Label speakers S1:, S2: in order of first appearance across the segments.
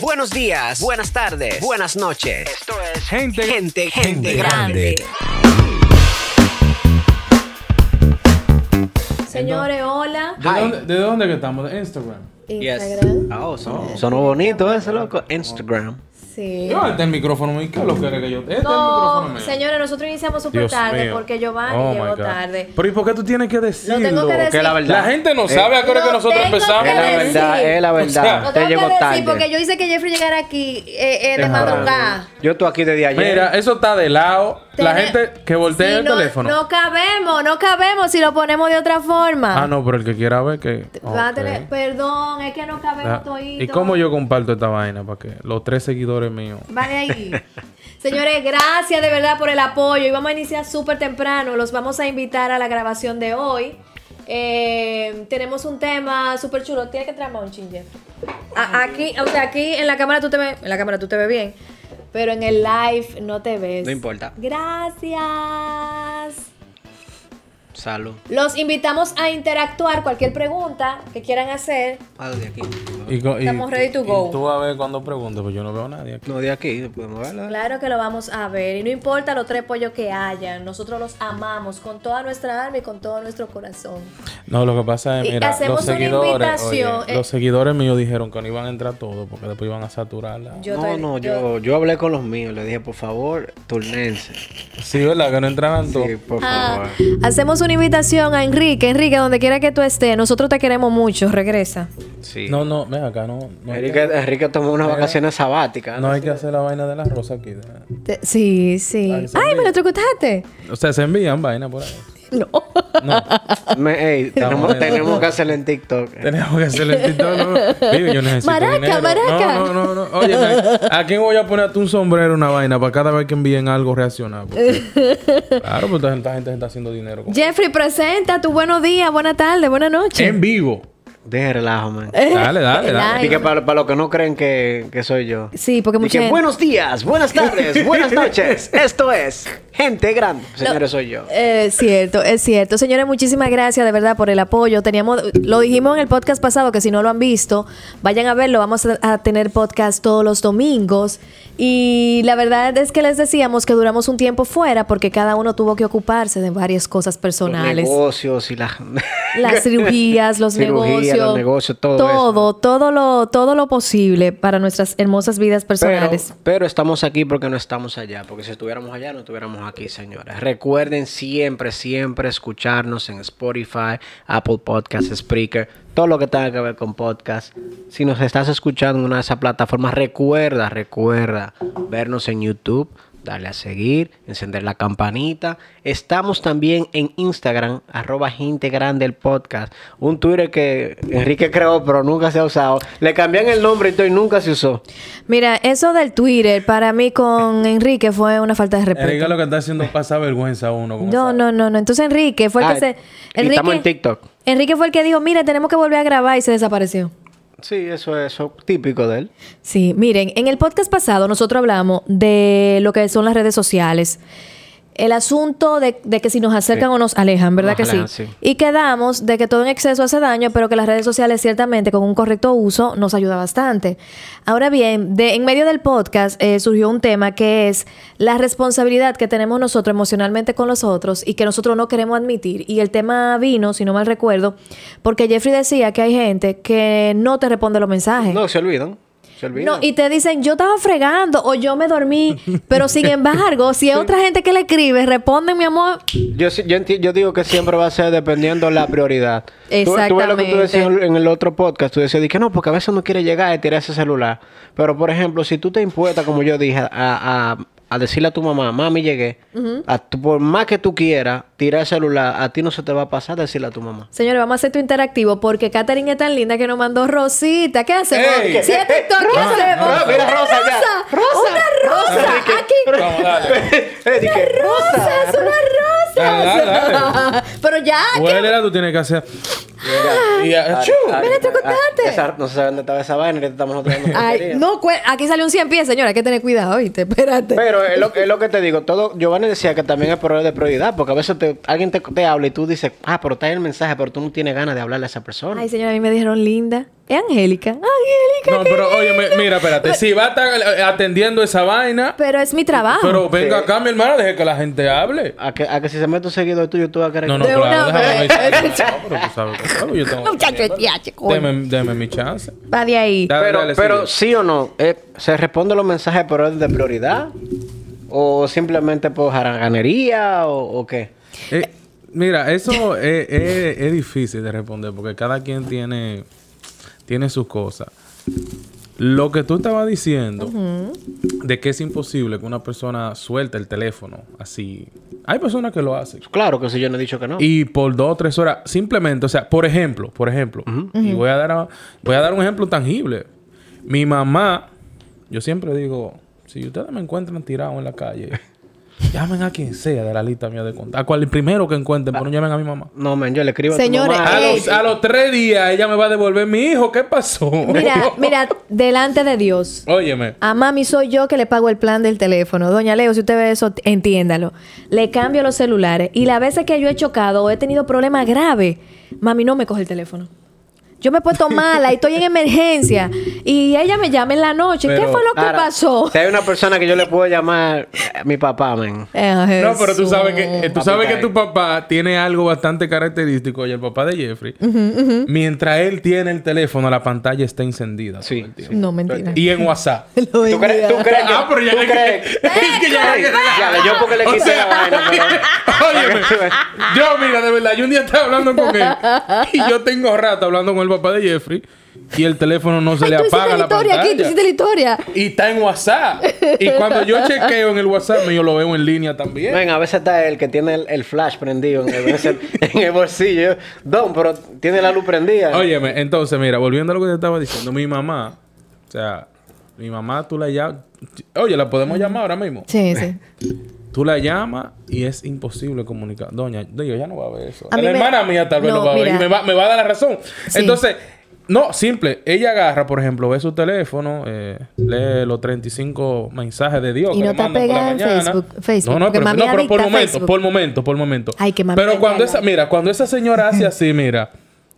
S1: Buenos días, buenas tardes, buenas noches. Esto es
S2: Gente-
S1: gente, gente,
S2: Gente
S1: grande.
S2: Grande.
S3: Señores, hola. Eh,
S2: ¿De dónde, ¿De dónde que estamos? ¿De Instagram?
S3: Instagram.
S1: Oh, son- sonó bonito ese loco. Instagram.
S3: Sí.
S2: Levanta este el micrófono, ¿y qué es lo que era que yo? Este es el micrófono
S3: No,
S2: mío.
S3: señores, nosotros iniciamos súper
S2: Dios
S3: tarde
S2: mío.
S3: porque Giovanni
S2: Oh, my
S3: llegó
S2: God.
S3: tarde.
S2: Pero ¿y por qué tú tienes que decirlo? Eh,
S3: tengo que decir. Que la
S2: La gente no sabe a qué hora
S3: Lo
S2: que nosotros
S3: tengo
S2: empezamos.
S3: que
S4: Es la
S3: decir.
S4: verdad, es la
S2: O sea,
S4: verdad.
S3: Lo
S4: Usted
S3: tengo que
S4: llegó
S3: decir
S4: tarde.
S3: porque yo hice que Jeffrey llegara aquí eh, eh, de
S2: Es raro.
S3: madrugada.
S4: Yo estoy aquí desde ayer.
S2: Mira, eso está de lado. La
S3: Tene-
S2: gente que voltea
S3: Sí,
S2: el
S3: no,
S2: teléfono.
S3: No cabemos, no cabemos si lo ponemos de otra forma.
S2: Ah, no, pero el que quiera ver que.
S3: Va a
S2: Ok.
S3: tener- Perdón, es que no cabemos
S2: Ah,
S3: todito.
S2: ¿Y cómo yo comparto esta vaina? Para que los tres seguidores míos.
S3: Vale ahí. Señores, gracias de verdad por el apoyo. Y vamos a iniciar súper temprano. Los vamos a invitar a la grabación de hoy. Eh, tenemos un tema súper chulo. Tiene que traer un chingue. Aquí, o sea, aquí en la cámara tú te ves, en la cámara tú te ves bien. Pero en el live no te ves.
S1: No importa.
S3: Gracias.
S1: Salud.
S3: Los invitamos a interactuar. Cualquier pregunta que quieran hacer.
S1: Ah, de aquí.
S2: Y co- y-
S3: Estamos ready to
S2: y
S3: go.
S2: Tú a ver cuando pregunto, pues yo no veo a nadie aquí.
S1: No, de aquí. Podemos hablar.
S3: Claro que lo vamos a ver. Y no importa los tres pollos que hayan. Nosotros los amamos con toda nuestra alma y con todo nuestro corazón.
S2: No, lo que pasa es,
S3: Y
S2: mira,
S3: hacemos
S2: los
S3: una
S2: seguidores.
S3: invitación,
S2: oye,
S3: eh.
S2: Los seguidores míos dijeron que no iban a entrar todos porque después iban a saturarla.
S3: Yo
S1: no,
S3: estoy-
S1: no, yo, yo hablé con los míos. Le dije, por favor, turnense.
S2: Sí, ¿verdad? Que no entraran todos.
S1: Sí, por
S3: Ah,
S1: favor.
S3: hacemos una invitación a Enrique. Enrique, donde quiera que tú estés, nosotros te queremos mucho. Regresa.
S1: Sí.
S2: No, no, ven acá, no. No, hay
S1: Enrique,
S2: que,
S1: Enrique tomó unas vacaciones sabáticas.
S2: no hay que hacer la vaina de las rosas aquí. ¿verdad?
S3: Te- sí, sí.
S2: Ay, se
S3: Ay,
S2: me-
S3: me lo trucutaste.
S2: O sea, se envían vaina por ahí.
S3: No.
S2: No,
S1: Me- ey, tenemos,
S2: en-
S1: tenemos que hacerlo en TikTok.
S2: tenemos que hacerle el TikTok. ¿no? Vive, yo necesito
S3: Maraca,
S2: dinero.
S3: maraca.
S2: No, no, no, no. Oye, me- ¿a quién voy a ponerte un sombrero, una vaina, para cada vez que envíen algo reaccionar? Porque- claro, pues esta gente, esta gente está haciendo dinero. con-
S3: Jeffrey, presenta tu buenos días, buena tarde, buena noche.
S2: En vivo.
S1: Deje relajo, man.
S3: Eh.
S2: Dale, dale, dale.
S3: Ay,
S1: Y que para, para los que no creen que, que soy yo.
S3: Sí, porque
S1: Y
S3: mucha
S1: que
S3: gente-
S1: buenos días, buenas tardes, buenas noches. Esto es Gente Grande. Señores, soy yo.
S3: Eh, Es cierto, es cierto. Señores, muchísimas gracias de verdad por el apoyo. Teníamos, lo dijimos en el podcast pasado que si no lo han visto, vayan a verlo. Vamos a, a tener podcast todos los domingos. Y la verdad es que les decíamos que duramos un tiempo fuera porque cada uno tuvo que ocuparse de varias cosas
S1: Los
S3: personales.
S1: negocios y las...
S3: Las cirugías, los
S1: Cirugía,
S3: negocios.
S1: los negocios, todo
S3: Todo,
S1: eso.
S3: todo lo, todo lo posible para nuestras hermosas vidas
S1: Pero,
S3: personales.
S1: pero estamos aquí porque no estamos allá. Porque si estuviéramos allá, no estuviéramos aquí, señores. Recuerden siempre, siempre escucharnos en Spotify, Apple Podcasts, Spreaker, todo lo que tenga que ver con podcast. Si nos estás escuchando en una de esas plataformas, recuerda, recuerda vernos en YouTube, darle a seguir, encender la campanita. Estamos también en Instagram, arroba gente grande el podcast. Un Twitter que Enrique creó, pero nunca se ha usado. Le cambian el nombre y todo y nunca se usó.
S3: Mira, eso del Twitter para mí con Enrique fue una falta de respeto.
S2: Enrique lo que está haciendo es pasar vergüenza a uno. con
S3: No,
S2: esa-
S3: no, no, no. Entonces Enrique fue el
S1: Ah,
S3: que se.
S1: y
S3: Enrique,
S1: estamos en TikTok.
S3: Enrique fue el que dijo, mira, tenemos que volver a grabar y se desapareció.
S1: Sí, eso es eso es típico de él.
S3: Sí, miren, en el podcast pasado nosotros hablamos de lo que son las redes sociales. El asunto de, de que si nos acercan
S1: Sí.
S3: o nos alejan, ¿verdad
S1: Nos
S3: que
S1: alejan,
S3: sí?
S1: sí.
S3: Y quedamos de que todo en exceso hace daño, pero que las redes sociales ciertamente con un correcto uso nos ayuda bastante. Ahora bien, de, en medio del podcast eh, surgió un tema que es la responsabilidad que tenemos nosotros emocionalmente con los otros y que nosotros no queremos admitir. Y el tema vino, si no mal recuerdo, porque Jeffrey decía que hay gente que no te responde los mensajes.
S1: No, se olvidan. Se olvidan.
S3: No, y te dicen, yo estaba fregando o yo me dormí, pero sin embargo, si es otra gente que le escribe, responde, mi amor,
S1: yo, sí- yo, enti- yo digo que siempre va a ser dependiendo la prioridad. Tú- Tú, ves lo que tú
S3: Exactamente.
S1: decías en el otro podcast. Tú decías, que no, porque a veces uno quiere llegar y tirar ese celular. Pero, por ejemplo, si tú te impuestas, como yo dije, a, a, a decirle a tu mamá, mami, llegué. a tu- por más que tú quieras tirar el celular, a ti no se te va a pasar decirle a tu mamá.
S3: señores, vamos a hacer tu interactivo porque Katherine es tan linda que nos mandó Rosita. ¿Qué hacemos?
S2: ¡Ey!
S3: Si es TikTok, ¿qué
S1: Rosa,
S3: hacemos?
S1: Rosa, mira,
S3: ¡Una
S1: Rosa ya.
S3: ¡Una rosa!
S1: Enrique.
S3: ¡Aquí!
S2: Vamos, dale.
S1: Eh, dije,
S3: ¡Rosa! ¡Es una rosa!
S2: Dale, dale.
S3: pero ya, Ah, ¿qué? Ah,
S2: Huélera, tú tienes que hacer. Y a- ¡Achú!
S1: Ay,
S3: Mira,
S1: ay,
S3: chocotate.
S1: esa- Ah, No se sabe dónde estaba esa vaina, que te estamos nosotros dando
S3: Ay,
S1: porquería.
S3: no, cue- aquí salió un 100 pies, señora, hay que tener cuidado, ¿viste? Espérate.
S1: Pero es lo, es lo que te digo, todo, Giovanni decía que también es problema de prioridad, porque a veces te- alguien te, te habla y tú dices, ah, pero está ahí el mensaje, pero tú no tienes ganas de hablarle a esa persona.
S3: Ay, señora, a mí me dijeron linda. Es Angélica. Angélica.
S2: No,
S3: qué
S2: pero
S3: linda.
S2: oye, mira, mira, espérate. Si va a estar eh, atendiendo esa vaina,
S3: Pero es mi trabajo.
S2: pero venga acá, mi hermano, deje que la gente hable.
S1: A que, a que si se mete un seguidor tuyo, tú vas a querer...
S2: No, no,
S3: De
S2: claro,
S3: una
S2: déjame
S3: vez.
S2: No, pero tú sabes que claro, yo tengo.
S3: Muchacho, ya, chico.
S2: eh, Deme, deme mi chance.
S3: Va de ahí.
S2: Dale,
S1: Pero,
S2: dale,
S1: pero
S2: sigue.
S1: sí o no, eh, ¿se responde los mensajes por orden de prioridad? ¿O simplemente por jaraganería o, o qué?
S2: Eh, mira, eso es, es- es difícil de responder porque cada quien tiene, tiene sus cosas. Lo que tú estabas diciendo de que es imposible que una persona suelte el teléfono así. Hay personas que lo hacen.
S1: Claro que sí, yo no he dicho que no.
S2: Y por dos o tres horas, simplemente, o sea, por ejemplo, por ejemplo, y voy a dar a- voy a dar un ejemplo tangible. Mi mamá, yo siempre digo, si ustedes me encuentran tirado en la calle, llamen a quien sea de la lista mía de contacto, a cual el primero que encuentren, pero no llamen a mi mamá.
S1: No, men, yo le escribo
S3: Señores, eh,
S1: a tu
S2: A
S1: mamá.
S3: Ey.
S2: los, a los tres días ella me va a devolver mi hijo, ¿qué pasó?
S3: Mira, mira, delante de Dios.
S2: Óyeme.
S3: A mami soy yo que le pago el plan del teléfono. Doña Leo, si usted ve eso, t- entiéndalo. Le cambio los celulares. Y las veces que yo he chocado o he tenido problemas graves, mami no me coge el teléfono. Yo me he puesto mala y estoy en emergencia. Y ella me llama en la noche. ¿Qué
S2: Pero,
S3: fue lo que
S1: Ahora,
S3: pasó?
S1: Si hay una persona que yo le puedo llamar eh, mi papá, men.
S3: Ah,
S2: No, pero tú sabes que eh, tú
S1: Papi
S2: sabes que
S1: cae.
S2: tu papá tiene algo bastante característico y el papá de Jeffrey, mientras él tiene el teléfono, la pantalla está encendida.
S1: Sí,
S2: todo el tiempo.
S3: No, mentira.
S2: eh, Y en WhatsApp.
S3: Lo
S1: ¿Tú crees, tú crees que,
S2: Ah, pero ya
S1: tú
S2: le-
S1: crees-
S2: es que ya le-
S1: Ya, yo porque le
S2: O
S1: quité
S2: sea,
S1: la vaina, pero...
S2: óyeme, yo mira, de verdad, yo un día estaba hablando con él y yo tengo rato hablando con el papá de Jeffrey y el teléfono no se
S3: Ay,
S2: le
S3: tú hiciste
S2: apaga
S3: la
S2: la
S3: historia aquí, tú
S2: pantalla.
S3: hiciste la historia.
S2: Y está en WhatsApp. Y cuando yo chequeo en el WhatsApp, yo lo veo en línea también.
S1: Ven, a veces está el que tiene el, el flash prendido en el, en el bolsillo. Don, pero tiene la luz prendida.
S2: Óyeme, entonces, mira, volviendo a lo que te estaba diciendo, mi mamá, o sea, mi mamá tú la llamas, oye, la podemos llamar ahora mismo.
S3: Sí, sí.
S2: Tú la llamas y es imposible comunicar. Doña, digo, ya no va a ver eso.
S3: A mí
S2: la
S3: me-
S2: hermana mía tal vez
S3: No,
S2: lo va a ver
S3: mira.
S2: y me va, me va a dar la razón.
S3: Sí.
S2: Entonces, no, simple. Ella agarra, por ejemplo, ve su teléfono, eh, lee los 35 mensajes de Dios. que
S3: Y no
S2: le
S3: está
S2: mandan por la
S3: pegada en
S2: mañana.
S3: Facebook, Facebook,
S2: No, no,
S3: porque
S2: pero,
S3: mami
S2: no, pero por
S3: adicta a
S2: momento,
S3: Facebook.
S2: por momento, por momento.
S3: Ay, que mami
S2: Pero
S3: me
S2: cuando
S3: regala.
S2: esa, mira, cuando esa señora hace así, mira,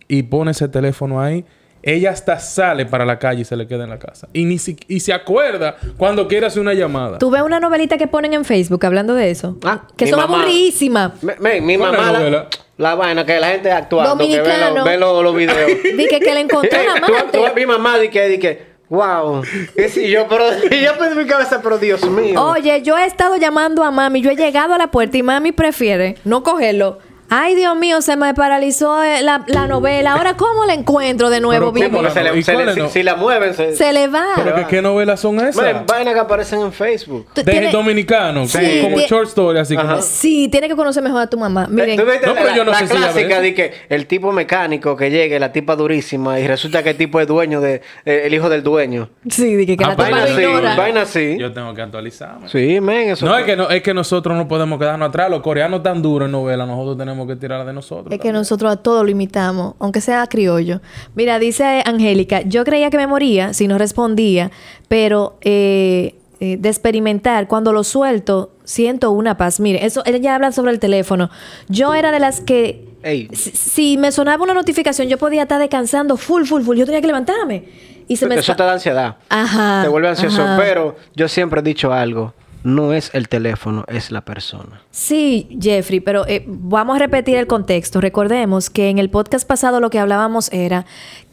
S2: y pone ese teléfono ahí, ella hasta sale para la calle y se le queda en la casa. Y, ni si- y se acuerda cuando quiere hacer una llamada.
S3: Tú ves una novelita que ponen en Facebook hablando de eso.
S1: Ah,
S3: que
S1: mi
S3: son
S1: mamá.
S3: aburridísimas.
S1: Me- me- mi
S2: ¿Cuál
S1: mamá,
S2: es la
S1: la,
S2: novela?
S1: la vaina que la gente actuando, que ve,
S3: Dominicano.
S1: los- ve los- los videos.
S3: Dije que le encontró
S1: Eh,
S3: la
S1: tú- tú ves
S3: amante.
S1: mi mamá di que, di que, wow. Y si yo, pero, y yo perdí mi cabeza, pero Dios mío.
S3: Oye, yo he estado llamando a mami, yo he llegado a la puerta y mami prefiere no cogerlo. Ay, Dios mío, se me paralizó eh, la, la novela. Ahora, ¿cómo la encuentro de
S2: Pero,
S3: nuevo?
S1: Sí,
S3: Vivi?
S2: ¿cómo
S1: porque
S2: la-
S1: se le-
S2: ¿y
S1: se le-
S2: cuáles
S1: si,
S2: no?
S1: si la mueven, se.
S3: Se le va.
S2: Pero que, ¿qué novelas son esas?
S1: Man, vainas que aparecen en Facebook.
S3: Tú
S2: De
S3: tienes-
S2: dominicano,
S3: Sí.
S2: como, como
S3: Tie-
S2: short story, así como.
S3: Sí, tiene que conocer mejor a tu mamá. Miren,
S1: ¿Tú viste
S2: No,
S1: la,
S2: pero yo no
S1: la
S2: sé si ella ve
S1: clásica
S2: eso.
S1: de que el tipo mecánico que llegue, la tipa durísima, y resulta que el tipo es dueño de, eh, el hijo del dueño.
S3: sí, dije que
S2: Ah,
S3: la
S2: vaina
S3: tapa
S1: Vaina
S3: lo
S2: sí,
S1: así,
S3: ignora.
S1: vaina así.
S2: Yo tengo que actualizarme.
S1: Sí, men, eso.
S2: No, es que, no, es que nosotros no podemos quedarnos atrás. Los coreanos tan duros en novelas, nosotros tenemos que tirar de nosotros.
S3: Es que nosotros a todo lo imitamos, aunque sea criollo. Mira, dice Angélica, yo creía que me moría si no respondía, pero eh, eh, de experimentar, cuando lo suelto, siento una paz. Mire, eso, ella habla sobre el teléfono. Yo era de las que
S1: Ey,
S3: si, si me sonaba una notificación, yo podía estar descansando full, full, full. Yo tenía que levantarme. Y se me...
S1: eso
S3: esca-
S1: te da ansiedad.
S3: Ajá.
S1: te vuelve ansioso.
S3: ajá.
S1: Pero yo siempre he dicho algo. No es el teléfono, es la persona.
S3: Sí, Jeffrey, pero eh, vamos a repetir el contexto. Recordemos que en el podcast pasado lo que hablábamos era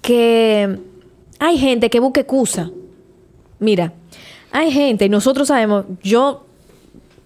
S3: que hay gente que busca excusa. Mira, hay gente, y nosotros sabemos, yo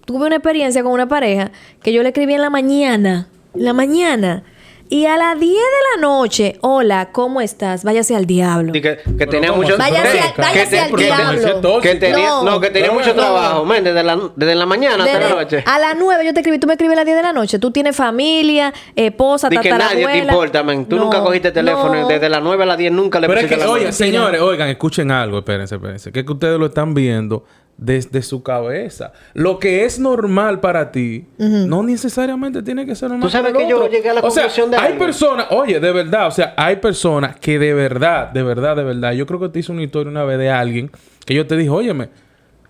S3: tuve una experiencia con una pareja que yo le escribí en la mañana, en la mañana, y a las 10 de la noche, hola, ¿cómo estás? Váyase al diablo.
S1: Y que, que
S2: Pero
S1: tenía
S2: ¿cómo?
S1: mucho
S3: Váyase
S1: que-
S3: al-
S1: que-
S3: váyase
S1: que-
S3: al
S1: que-
S3: diablo.
S2: Ese es
S1: Que,
S2: tóxico.
S1: tenía,
S3: No.
S1: no, que tenía
S2: No,
S1: mucho
S2: no.
S1: trabajo, men, desde la, desde la mañana hasta
S3: Desde-
S1: la noche.
S3: a las 9 yo te escribí, tú me escribes a las 10 de la noche. Tú tienes familia, esposa,
S1: Di que nadie
S3: tatarabuela.
S1: te importa, men. Tú
S3: No,
S1: nunca cogiste teléfono.
S3: no.
S1: Desde las 9 a las 10 nunca le
S2: Pero es
S1: pusiste
S2: que,
S1: la mano.
S2: oigan, señores, oigan, escuchen algo, espérense, espérense. Que es que ustedes lo están viendo desde su cabeza. Lo que es normal para ti, no necesariamente tiene que ser normal.
S1: Tú sabes
S2: para el
S1: que yo
S2: otro.
S1: llegué a la
S2: o sea,
S1: conclusión de
S2: Hay
S1: algo.
S2: personas, oye, de verdad, o sea, hay personas que de verdad, de verdad, de verdad. Yo creo que te hice una historia una vez de alguien que yo te dije, óyeme,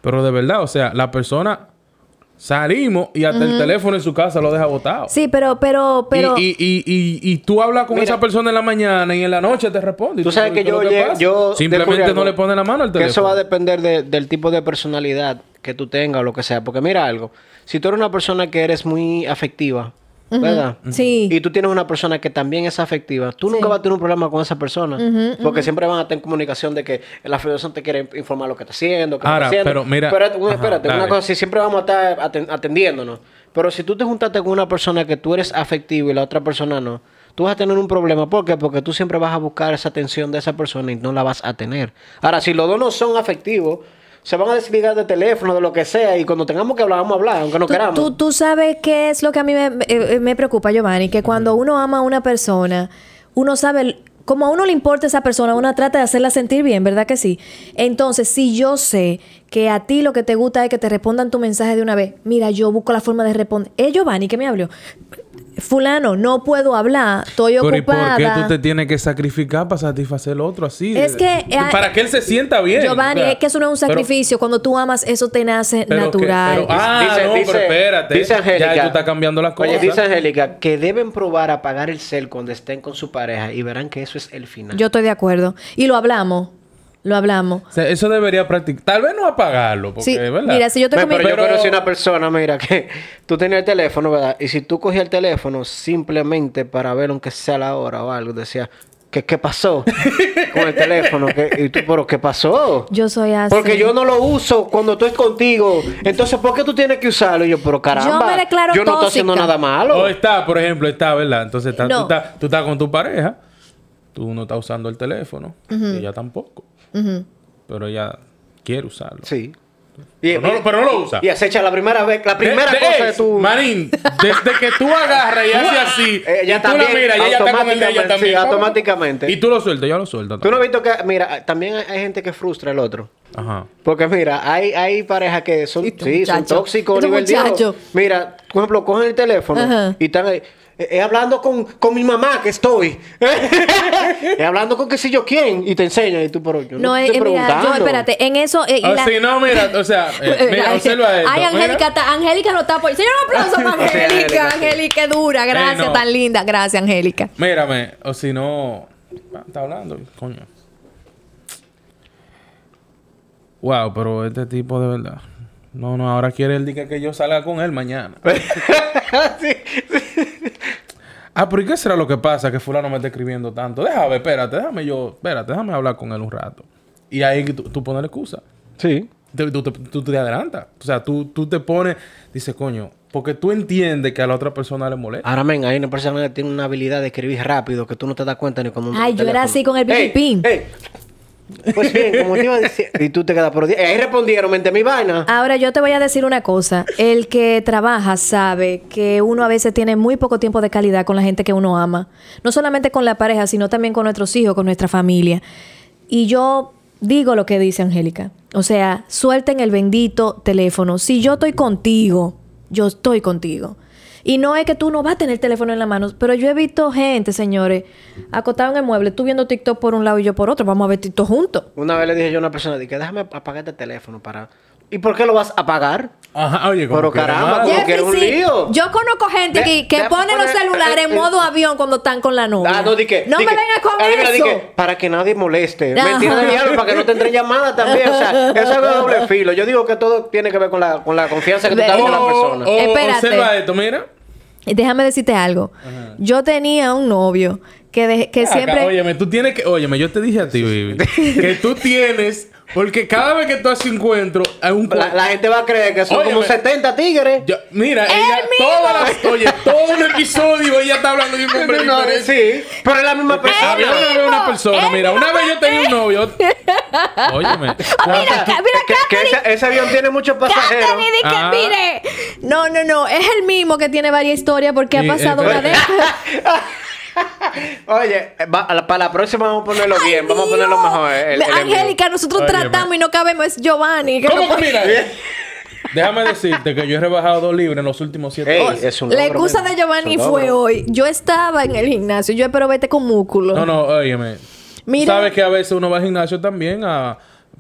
S2: pero de verdad, o sea, la persona Salimos y hasta el teléfono en su casa lo deja botado.
S3: Sí, pero, pero, pero.
S2: Y, y, y, y, y tú hablas con
S1: Mira.
S2: esa persona en la mañana y en la noche te responde. Y
S1: Tú sabes que
S2: ¿qué es
S1: yo,
S2: lo
S1: lle-
S2: pasa?
S1: yo descubrí
S2: Simplemente
S1: algo,
S2: no le pone la mano al
S1: Que
S2: teléfono.
S1: eso va a depender de- del tipo de personalidad que tú tengas o lo que sea. Porque mira algo, si tú eres una persona que eres muy afectiva,
S3: Ujú.
S1: ¿verdad?
S3: Sí.
S1: Y tú tienes una persona que también es afectiva, tú nunca vas a tener un problema con esa persona. porque siempre van a estar en comunicación de que la federación te quiere informar lo que está haciendo, que
S2: Ahora,
S1: está haciendo.
S2: pero mira-
S1: Espérate,
S2: Ajá,
S1: espérate, una
S2: dale.
S1: cosa, si siempre vamos a estar aten- atendiéndonos. Pero si tú te juntaste con una persona que tú eres afectivo y la otra persona no, tú vas a tener un problema. ¿Por qué? Porque tú siempre vas a buscar esa atención de esa persona y no la vas a tener. Ahora, si los dos no son afectivos, se van a desligar de teléfono, de lo que sea, y cuando tengamos que hablar, vamos a hablar, aunque no
S3: Tú,
S1: queramos.
S3: tú- tú sabes qué es lo que a mí me, eh, me preocupa, Giovanni, que cuando uno ama a una persona, uno sabe, el- como a uno le importa esa persona, uno trata de hacerla sentir bien, ¿verdad que sí? Entonces, si yo sé que a ti lo que te gusta es que te respondan tu mensaje de una vez, mira, yo busco la forma de responder. Eh, Giovanni, que me habló. Fulano, no puedo hablar, estoy
S2: Pero ¿y
S3: ocupada.
S2: por qué tú te tienes que sacrificar para satisfacer al otro así?
S3: Es que, eh,
S2: para que él se sienta bien.
S3: Giovanni,
S2: o sea,
S3: es que eso no es un
S2: pero-
S3: sacrificio. Cuando tú amas, eso te nace
S2: pero que-
S3: natural.
S2: pero- ah,
S1: Dice-
S2: no,
S1: dice-
S2: pero espérate.
S1: Dice Angélica.
S2: Ya tú estás cambiando las cosas.
S1: Oye, dice Angélica que deben probar a apagar el cel cuando estén con su pareja y verán que eso es el final.
S3: Yo estoy de acuerdo. Y lo hablamos. Lo hablamos.
S2: O sea, eso debería practicar. Tal vez no apagarlo, porque,
S3: Sí,
S2: ¿verdad?
S3: mira, si yo te
S1: Ve, pero,
S3: comí-
S1: yo
S2: Pero-
S1: conocí una persona, mira, que tú tenías el teléfono, ¿verdad? Y si tú cogías el teléfono simplemente para ver aunque sea la hora o algo, decía, ¿qué, qué pasó con el teléfono? ¿Qué- y tú, pero ¿qué pasó?
S3: Yo soy así.
S1: Porque yo no lo uso cuando estoy contigo. Entonces, ¿por qué tú tienes que usarlo? Y yo, pero caramba,
S3: Yo me declaro
S1: yo no estoy haciendo nada
S3: tóxica.
S1: malo.
S2: O está, por ejemplo, está, ¿verdad? Entonces está-
S3: No.
S2: tú, estás, tú estás con tu pareja, tú no estás usando el teléfono, y ella tampoco,
S3: Ujú.
S2: pero ella quiere usarlo.
S1: Sí.
S2: Pero, no, pero no lo usa.
S1: Y acecha la primera vez, la primera
S2: De- de-
S1: cosa de tu...
S2: Marín, desde que tú agarras y haces así,
S1: Eh, ella
S2: y tú
S1: también,
S2: la miras, y ella está con el
S1: automáticamente,
S2: de
S1: sí,
S2: ella también.
S1: automáticamente.
S2: Y tú lo sueltas, ya lo sueltas.
S1: Tú no has visto que, mira, también hay- hay gente que frustra al otro.
S2: Ajá.
S1: Porque mira, hay, hay parejas que son,
S3: Y tú,
S1: sí, son
S3: muchacho.
S1: tóxicos,
S3: Y tú,
S1: nivel
S3: muchacho.
S1: Dios. Mira, por ejemplo, cogen el teléfono
S3: Ajá.
S1: y están ahí. eh, eh, hablando con, con mi mamá que estoy. Eh, hablando con qué sé yo quién. Y te enseña. Y tú, pero yo no,
S3: No,
S1: te
S3: eh,
S1: estoy
S3: eh, mira,
S1: preguntando.
S3: yo, espérate, en eso. eh, y
S2: Ah,
S3: la-
S2: sí, no, mira, o sea, eh, mira, observa esto.
S3: Ay,
S2: mira.
S3: Angélica, está- Angélica no está por. Señor, un aplauso para
S1: Sí, Angélica,
S3: Angélica.
S1: sí.
S3: Angélica, qué dura. Gracias,
S2: no.
S3: tan linda. Gracias, Angélica.
S2: Mírame, o si no. ah, Está hablando, coño. Wow, pero este tipo de verdad. No, no, ahora quiere el día que yo salga con él mañana. Ah, pero ¿y qué será lo que pasa que fulano me está escribiendo tanto? Déjame, espérate, déjame yo, espérate, déjame hablar con él un rato. Y ahí tú, tú pones la excusa.
S1: Sí.
S2: Te- Tú, te- tú te adelantas. O sea, tú, tú te pones, dices, coño, porque tú entiendes que a la otra persona le molesta.
S1: Ahora, men, hay una persona que tiene una habilidad de escribir rápido que tú no te das cuenta ni cuando...
S3: Ay, yo era así con el pipipín.
S1: Pues bien, como te iba a decir... Y tú te quedas por... eh, ahí respondieron, mente mi vaina.
S3: Ahora yo te voy a decir una cosa. El que trabaja sabe que uno a veces tiene muy poco tiempo de calidad con la gente que uno ama. No solamente con la pareja, sino también con nuestros hijos, con nuestra familia. Y yo digo lo que dice Angélica. O sea, suelten el bendito teléfono. Si yo estoy contigo, yo estoy contigo. Y no es que tú no vas a tener el teléfono en la mano, pero yo he visto gente, señores, acotado en el mueble, tú viendo TikTok por un lado y yo por otro. Vamos a ver TikTok juntos.
S1: Una vez le dije yo a una persona, dije, déjame apagar este teléfono para... ¿Y por qué lo vas a apagar?
S2: Ajá, oye, como
S1: Pero
S2: que
S1: caramba,
S2: madre.
S1: como que era un
S3: sí.
S1: lío.
S3: Yo conozco gente
S1: De-
S3: que, que
S1: de-
S3: pone los
S1: pone-
S3: celulares en
S1: eh,
S3: modo
S1: eh.
S3: avión cuando están con la novia.
S1: Ah, no, di que-
S3: No
S1: di
S3: me
S1: que-
S3: vengas con
S1: ah, mira,
S3: eso.
S1: di que, para que nadie moleste.
S3: Ajá.
S1: Mentira de diablo, para que no te entren llamadas también. O sea, eso es de doble filo. Yo digo que todo tiene que ver con la, con la confianza que tú
S3: Ve-
S1: estás con la
S3: Oh,
S1: persona.
S2: O- o-
S3: Espérate.
S2: Observa esto, mira.
S3: Y Déjame decirte algo. Yo tenía un novio que, de- que
S2: Acá,
S3: siempre...
S2: óyeme, tú tienes que. Óyeme, yo te dije a ti, baby, que tú tienes. Porque cada vez que tú haces encuentro, hay un.
S1: La, la gente va a creer que son
S2: Óyeme.
S1: como 70 tigres.
S2: Yo- mira,
S3: ¡El
S2: ella.
S3: mismo!
S2: Todas las. Oye, todo un episodio ella está hablando de un hombre
S1: No,
S2: diferente.
S1: sí, pero es la misma persona.
S2: Había una vez una persona,
S3: ¡El
S2: mira, una vez yo tenía un novio. Óyeme.
S3: mira, ca- mira,
S1: que, que
S3: Catherine.
S1: ese, ese avión tiene muchos pasajeros.
S3: Catherine, di que
S2: Ah.
S3: mire. No, no, no. Es el mismo que tiene varias historias porque
S2: Sí,
S3: ha pasado
S2: es
S3: una de
S2: verdad.
S1: Oye, va- a la- para la próxima vamos a ponerlo bien. Vamos a ponerlo mejor. eh, el- el envío.
S3: Angélica, nosotros
S2: Óyeme.
S3: tratamos y no cabemos. Es Giovanni. que
S2: ¿Cómo
S3: no-
S2: que mira? Déjame decirte que yo he rebajado dos libras en los últimos siete
S1: Ey,
S2: años.
S1: es un
S3: La
S1: logro,
S3: excusa
S1: men.
S3: de Giovanni
S1: Es un
S3: fue
S1: logro.
S3: hoy. Yo estaba en el gimnasio. Yo espero verte con músculo.
S2: No, no, óyeme.
S3: Mira.
S2: Sabes que a veces uno va al gimnasio también a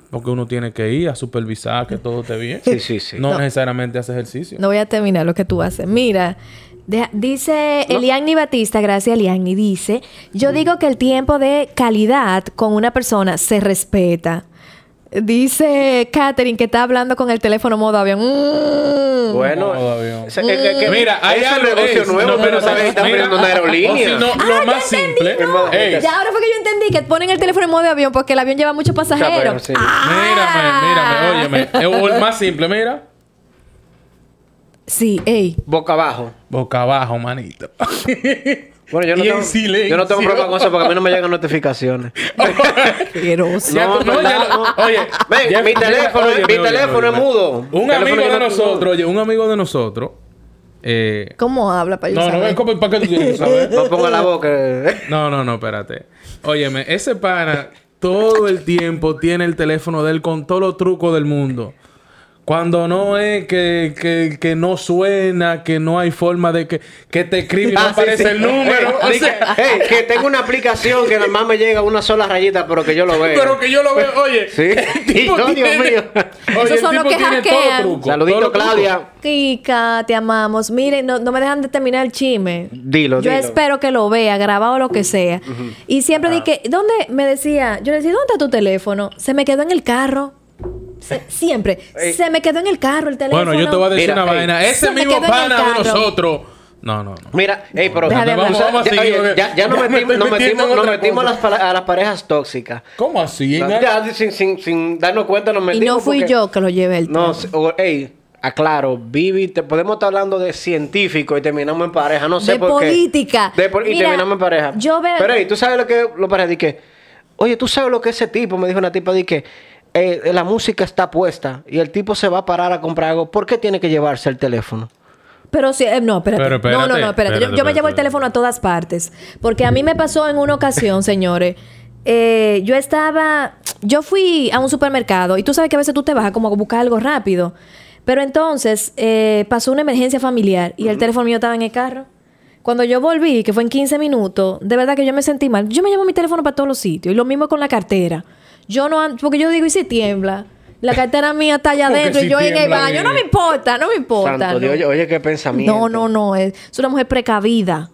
S2: Porque uno tiene que ir a supervisar que todo esté bien.
S1: Sí, sí, sí.
S2: No, necesariamente hace ejercicio.
S3: No voy a terminar lo que tú haces. Mira, deja- dice Eliani Batista, gracias Eliani, dice, yo digo que el tiempo de calidad con una persona se respeta. Dice Katherine que está hablando con el teléfono modo avión. Mm.
S1: Bueno, eh,
S2: Modo avión.
S1: se- que- que- que-
S2: Mira, hay
S1: es un
S2: algo
S1: negocio
S2: es-
S1: nuevo,
S2: no,
S1: pero sabes que
S2: mira,
S1: están poniendo una aerolínea.
S2: o si no,
S3: Ah,
S2: lo más simple.
S1: no.
S2: Ey,
S1: Ya,
S3: Ya ahora fue que yo entendí que ponen el teléfono en modo avión porque el avión lleva muchos
S1: pero
S3: pasajeros.
S1: sí.
S3: Ah.
S2: Mírame, mírame, óyeme. O el más simple, mira.
S3: Sí, ey.
S1: Boca abajo.
S2: Boca abajo, manito.
S1: Bueno, yo no,
S2: Y en
S1: tengo,
S2: silencio.
S1: yo no tengo problema con eso porque a mí no me llegan notificaciones.
S3: Asqueroso.
S2: Ya
S1: No,
S2: tú- no,
S1: ¿verdad?
S2: ya lo- Oye,
S1: Ven,
S2: ya-
S1: mi
S2: ya-
S1: teléfono,
S2: oye,
S1: mi
S2: oye, oye,
S1: teléfono
S2: oye.
S1: es mudo.
S2: Un
S1: Teléfono
S2: amigo
S1: que no-
S2: de nosotros, oye, un amigo de nosotros. eh,
S3: ¿Cómo habla para yo
S2: No, no,
S3: saber?
S2: ven, ¿cómo- ¿para qué tú quieres saber?
S1: No Pues ponga la boca.
S2: No, no, no, espérate. Óyeme, ese pana todo el tiempo tiene el teléfono de él con todos los trucos del mundo. Cuando no es que, que, que no suena, que no hay forma de que, que te escribe y no
S1: Ah, sí,
S2: aparece
S1: sí.
S2: el número. o
S1: Ey,
S2: sea,
S1: que- ey, que tengo una aplicación que nada más me llega una sola rayita, pero que yo lo veo.
S2: pero que yo lo veo, oye.
S1: Sí. No, Dios mío.
S2: Oye,
S3: Esos
S2: el
S3: son los
S2: tipo
S3: que
S2: tiene todos los
S3: hackean.
S2: trucos.
S1: Saludito,
S2: todos los trucos.
S1: Claudia.
S3: Kika, te amamos. Miren, no, no me dejan de terminar el chisme.
S1: Dilo,
S3: Yo
S1: dilo. Ah.
S3: espero que lo vea, grabado o lo que sea. Y siempre dije, ¿dónde? Me decía, yo le decía, ¿dónde está tu teléfono? Se me quedó en el carro. Se- siempre.
S1: Ey.
S3: Se me quedó en el carro el teléfono.
S2: Bueno, yo te voy a decir
S1: Mira,
S2: una
S1: ey.
S2: vaina. Ese
S3: Se me
S2: mismo
S3: quedó en el
S2: pana de
S3: carro.
S2: nosotros. No, no, no.
S1: Mira, ey, pero
S3: Deja de hablar.
S1: Vamos, vamos a
S2: seguir,
S1: seguir,
S2: porque
S1: ya, ya nos
S2: ya me
S1: metimos,
S2: estoy
S1: nos
S2: metiendo
S1: metimos,
S2: en
S1: nos
S2: otra
S1: metimos a las,
S2: cosa.
S1: pala- a las parejas tóxicas.
S2: ¿Cómo así?
S1: No,
S2: nena?
S1: ya, sin, sin, sin darnos cuenta nos
S3: y
S1: metimos.
S3: no fui
S1: porque-
S3: yo que lo llevé el
S1: No, si- o- ey, aclaro, Vivi, te podemos estar hablando de científico y terminamos en pareja, no sé
S3: De
S1: por qué.
S3: política.
S1: De pol- y
S3: Mira,
S1: terminamos en pareja.
S3: yo veo-
S1: Pero ey, tú sabes lo que lo para di que Oye, tú sabes lo que ese tipo me dijo una tipa di que eh, la música está puesta y el tipo se va a parar a comprar algo, ¿por qué tiene que llevarse el teléfono?
S3: Pero sí, eh, no, espérate.
S2: Pero espérate,
S3: No, no, no, espérate. Yo- yo,
S2: espérate,
S3: me llevo el
S2: espérate.
S3: teléfono a todas partes. Porque a mí me pasó en una ocasión, señores. eh, yo estaba. Yo fui a un supermercado y tú sabes que a veces tú te vas a como buscar algo rápido. Pero entonces eh, pasó una emergencia familiar y el teléfono mío estaba en el carro. Cuando yo volví, que fue en 15 minutos, de verdad que yo me sentí mal. Yo me llevo mi teléfono para todos los sitios. Y lo mismo con la cartera. Yo no ando, porque yo digo, ¿y si tiembla? La cartera mía está allá
S2: ¿Cómo que
S3: adentro y
S2: si
S3: yo en el
S2: tiembla,
S3: baño.
S2: bebé?
S3: No me importa, no me importa.
S1: Santo
S3: no.
S1: Dios, oye, oye, qué pensamiento.
S3: No, no, no. Es, es una mujer precavida.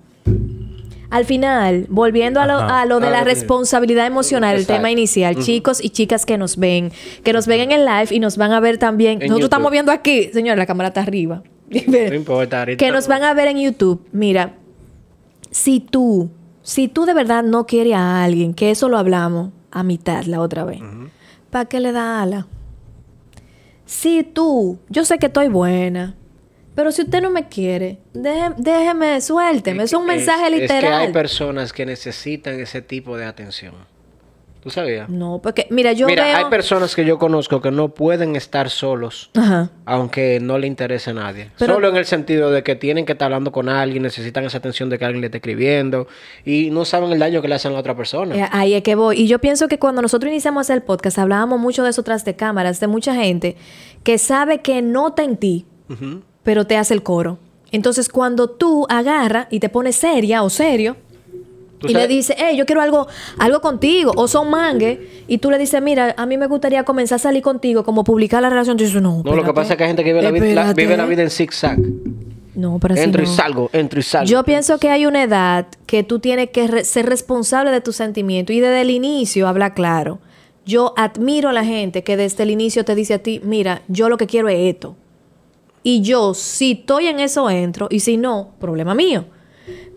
S3: Al final, volviendo a lo,
S2: Ajá.
S3: a lo de
S1: Ah,
S3: la
S1: ok.
S3: responsabilidad emocional,
S1: Exacto.
S3: el tema inicial, chicos y chicas que nos ven, que nos ven en el live y nos van a ver también. Nosotros
S1: YouTube.
S3: estamos viendo aquí, señor, la cámara está arriba.
S1: No importa, ahorita.
S3: que nos van a ver en YouTube. Mira, si tú, si tú de verdad no quieres a alguien, que eso lo hablamos a mitad la otra vez, ¿para qué le da ala? Si tú, yo sé que estoy buena, pero si usted no me quiere, deje- déjeme, suélteme. Es un mensaje
S1: es
S3: literal.
S1: que hay personas que necesitan ese tipo de atención. ¿Tú sabías?
S3: no, porque, mira, yo
S1: Mira,
S3: veo.
S1: hay personas que yo conozco que no pueden estar solos,
S3: Ajá.
S1: aunque no le interese a nadie.
S3: Pero-
S1: Solo en el sentido de que tienen que estar hablando con alguien, necesitan esa atención de que alguien le esté escribiendo y no saben el daño que le hacen a la otra persona.
S3: Eh, Ahí es que voy. Y yo pienso que cuando nosotros iniciamos a hacer el podcast, hablábamos mucho de eso tras de cámaras, de mucha gente que sabe que nota en ti, pero te hace el coro. Entonces, cuando tú agarras y te pones seria o serio,
S1: Tú
S3: y le
S1: sabes-
S3: dices, hey, yo quiero algo, algo contigo, o son mangue, y tú le dices, mira, a mí me gustaría comenzar a salir contigo, como publicar la relación, tú dices,
S1: No,
S3: no.
S1: lo que
S3: espérate,
S1: pasa es que hay gente que vive la, vida, la-
S3: espérate".
S1: vive la vida en zigzag.
S3: No, pero así
S1: Entro y
S3: no.
S1: salgo, entro y salgo.
S3: Yo pienso que hay una edad que tú tienes que re- ser responsable de tus sentimientos y desde el inicio habla claro. Yo admiro a la gente que desde el inicio te dice a ti, mira, yo lo que quiero es esto. Y yo, si estoy en eso, entro. Y si no, problema mío.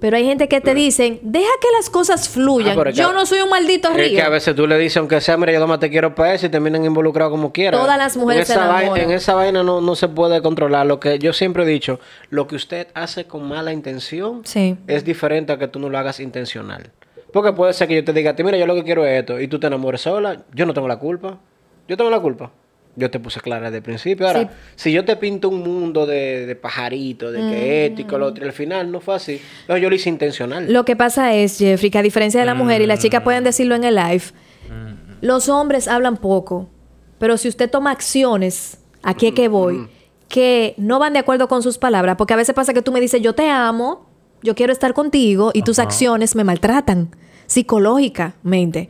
S3: Pero hay gente que te dicen, deja que las cosas
S1: Ah,
S3: fluyan.
S1: pero es que
S3: yo
S1: a-
S3: no soy un maldito
S1: Es
S3: río.
S1: que a veces tú le dices, aunque sea, mira, yo nomás te quiero para eso y terminan involucrados como quieran.
S3: Todas las mujeres
S1: en esa
S3: se
S1: vaina,
S3: enamoran.
S1: En esa vaina no, no se puede controlar. Lo que yo siempre he dicho, lo que usted hace con mala intención
S3: Sí.
S1: es diferente a que tú no lo hagas intencional. Porque puede ser que yo te diga, a ti, mira, yo lo que quiero es esto y tú te enamores sola, yo no tengo la culpa. Yo tengo la culpa. Yo te puse clara desde el principio. Ahora,
S3: Sí.
S1: si yo te pinto un mundo de, de pajaritos, de
S3: Mm.
S1: que esto y que lo otro, y al final no fue así. No, yo lo hice intencional.
S3: Lo que pasa es, Jeffrey, que a diferencia de la mujer, y las chicas pueden decirlo en el live, los hombres hablan poco. Pero si usted toma acciones, aquí es que voy, que no van de acuerdo con sus palabras, porque a veces pasa que tú me dices, yo te amo, yo quiero estar contigo, y tus acciones me maltratan psicológicamente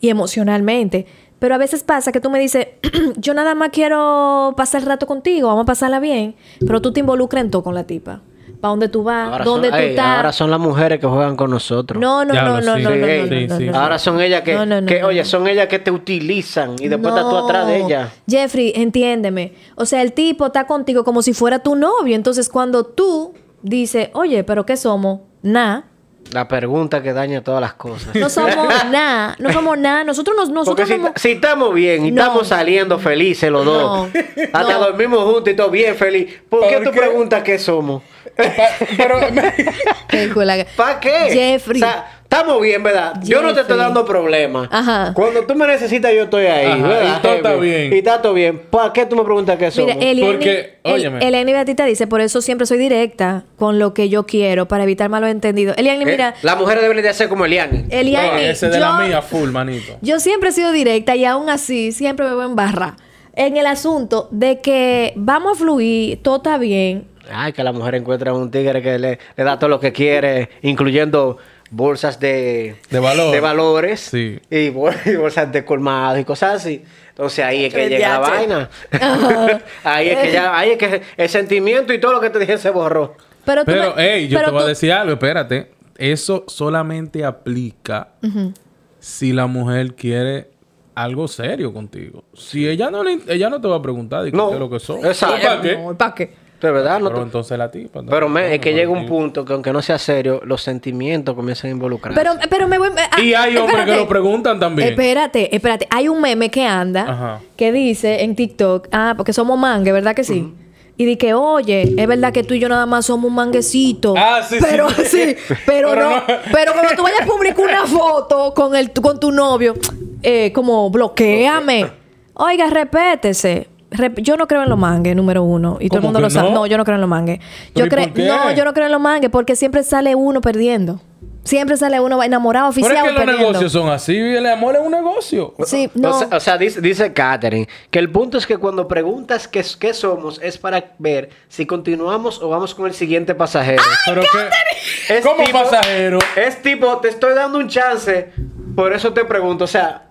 S3: y emocionalmente. Pero a veces pasa que tú me dices, yo nada más quiero pasar el rato contigo, vamos a pasarla bien, pero tú te involucras en todo con la tipa. ¿Para dónde tú vas?
S1: Ahora
S3: Ah, ¿Dónde
S1: son,
S3: tú
S1: ey,
S3: estás?
S1: ahora son las mujeres que juegan con nosotros.
S3: No, no, no,
S2: Diablo,
S3: no,
S2: sí.
S1: Sí,
S3: no, no, no, no,
S2: sí,
S3: no,
S2: sí,
S3: no.
S2: sí.
S1: Ahora son ellas que,
S3: No, no, no,
S1: que,
S3: no,
S1: oye,
S3: no.
S1: son ellas que te utilizan y después estás tú
S3: No.
S1: atrás de ellas.
S3: Jeffrey, entiéndeme. O sea, el tipo está contigo como si fuera tu novio. Entonces, cuando tú dices, oye, pero ¿qué somos? Nah.
S1: La pregunta que daña todas las cosas.
S3: No somos nada. No somos nada. Nosotros, nos,
S1: Porque
S3: nosotros
S1: si,
S3: somos...
S1: si estamos bien y
S3: No.
S1: estamos saliendo felices los dos,
S3: No,
S1: hasta
S3: no.
S1: dormimos juntos y todo bien feliz, ¿por, qué
S2: ¿Por
S1: tú
S2: qué?
S1: preguntas qué somos?
S2: Pero
S3: Película.
S1: ¿Para qué?
S3: Jeffrey.
S1: O sea, estamos bien, ¿verdad? Yo no te estoy
S3: Jeffrey.
S1: dando problemas.
S3: Ajá.
S1: Cuando tú me necesitas, yo estoy ahí.
S2: Ajá,
S1: ¿verdad,
S2: y todo está
S1: Henry?
S2: bien.
S1: Y está todo bien. ¿Para qué tú me preguntas qué somos?
S3: Mira, Eliani,
S2: Porque,
S3: El-
S2: óyeme.
S3: Eliani Batista dice, por eso siempre soy directa con lo que yo quiero, para evitar malos entendidos. Eliani,
S1: ¿Eh?
S3: mira,
S1: Las mujeres deben de hacer como Eliani.
S3: Eliani,
S2: ese de
S3: yo,
S2: la mía full, manito.
S3: yo siempre he sido directa y aún así siempre me voy en barra. En el asunto de que vamos a fluir, todo está bien.
S1: Ay, que la mujer encuentra un tigre que le, le da todo lo que quiere, incluyendo bolsas de,
S2: De valor.
S1: de valores
S2: Sí.
S1: y, bol- y bolsas de colmado y cosas así. Entonces ahí es que
S3: El
S1: llega la
S3: DH.
S1: vaina. ahí es que ya, ahí es que el sentimiento y todo lo que te dije se borró.
S3: Pero, tú
S2: Pero,
S3: me-
S2: hey, yo
S3: pero
S2: te voy
S3: tú-
S2: a decir algo, espérate. Eso solamente aplica si la mujer quiere algo serio contigo. Si ella no le, in- ella no te va a preguntar de qué
S1: No,
S2: es lo que son.
S1: exacto.
S2: ¿Para qué?
S3: No, ¿para qué?
S1: De verdad, no
S2: Pero
S1: te-
S2: entonces la tipa.
S1: pero me- es que llega un
S2: punto
S1: punto que aunque no sea serio, los sentimientos comienzan a involucrarse.
S3: Pero, pero me voy... ah,
S2: Y hay hombres que
S3: espérate.
S2: lo preguntan también.
S3: Espérate, espérate. Hay un meme que anda
S2: Ajá.
S3: que dice en TikTok, ah, porque somos mangue, ¿verdad que sí? Y di que, oye, es verdad que tú y yo nada más somos un manguecito.
S2: Ah, sí, sí.
S3: pero, pero,
S2: Pero
S3: no.
S2: no.
S3: Pero cuando tú vayas a publicar una foto con, el, con tu novio, eh, como, bloqueame. Oiga, repétese. Rep- yo no creo en los mangues, número uno. Y todo el
S2: ¿Cómo
S3: mundo
S2: que
S3: lo sabe.
S2: no?
S3: No, yo no creo en los mangues.
S2: ¿Pero
S3: Yo
S2: y
S3: creo,
S2: por qué?
S3: no, yo no creo en los mangues porque siempre sale uno perdiendo. Siempre sale uno enamorado,
S2: Pero es
S3: oficial
S2: que los
S3: perdiendo.
S2: negocios son así. y El amor es un negocio.
S3: Sí,
S1: O-
S3: no.
S1: O sea, o sea, dice, dice Katherine que el punto es que cuando preguntas qué, es- qué somos es para ver si continuamos o vamos con el siguiente pasajero.
S2: Pero que... Como
S1: tipo-
S2: ¡Ah! pasajero.
S1: Es tipo, te estoy dando un chance, por eso te pregunto. O sea,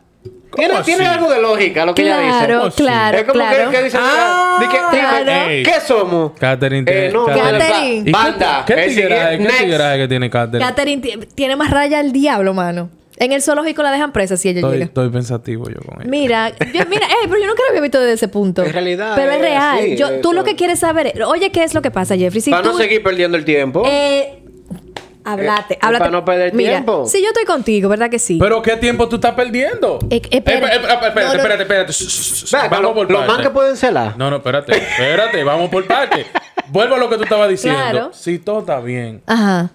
S1: tiene,
S2: así?
S1: tiene algo de lógica lo que ella dice.
S3: Claro,
S2: Oh, sí.
S3: claro,
S1: es como
S3: claro.
S1: que, que dice,
S2: Ah,
S1: di que- di que,
S3: claro.
S1: "Ey, ¿qué somos?
S2: Catherine
S1: eh,
S2: tiene-
S1: no,
S2: Catherine-
S3: Catherine.
S2: ¿Y
S1: Banda.
S2: ¿Qué,
S1: el
S2: qué tigreaje-
S1: siguiente-
S2: qué
S1: next.
S2: tigreaje que tiene Catherine?
S3: Catherine ti- tiene más raya el diablo, mano. En el zoológico la dejan presa si ella
S2: Estoy,
S3: llega.
S2: estoy pensativo yo con ella.
S3: Mira, yo, mira, ey, pero yo nunca lo había visto desde ese punto.
S1: En realidad,
S3: Pero es
S1: eh,
S3: real.
S1: sí,
S3: yo, tú
S1: eso.
S3: lo que quieres saber, es- oye, ¿qué es lo que pasa, Jeffrey? Si
S1: para
S3: tú,
S1: no seguir perdiendo el tiempo.
S3: eh, hablate,
S1: Eh,
S3: hablate.
S1: para no perder
S3: mira,
S1: tiempo.
S3: Si yo estoy contigo, ¿verdad que sí?
S2: Pero ¿qué tiempo tú estás perdiendo?
S3: Eh, espera.
S2: Eh, eh, espérate,
S3: No, no.
S2: espérate, espérate. Shh, shh, shh.
S1: Ve acá,
S2: Vamos
S1: lo-
S2: por
S1: los
S2: partes.
S1: más que pueden celar.
S2: No, no, espérate. Espérate, vamos por partes. Vuelvo a lo que tú estabas diciendo.
S3: Claro.
S2: Si todo está bien,
S3: Ajá.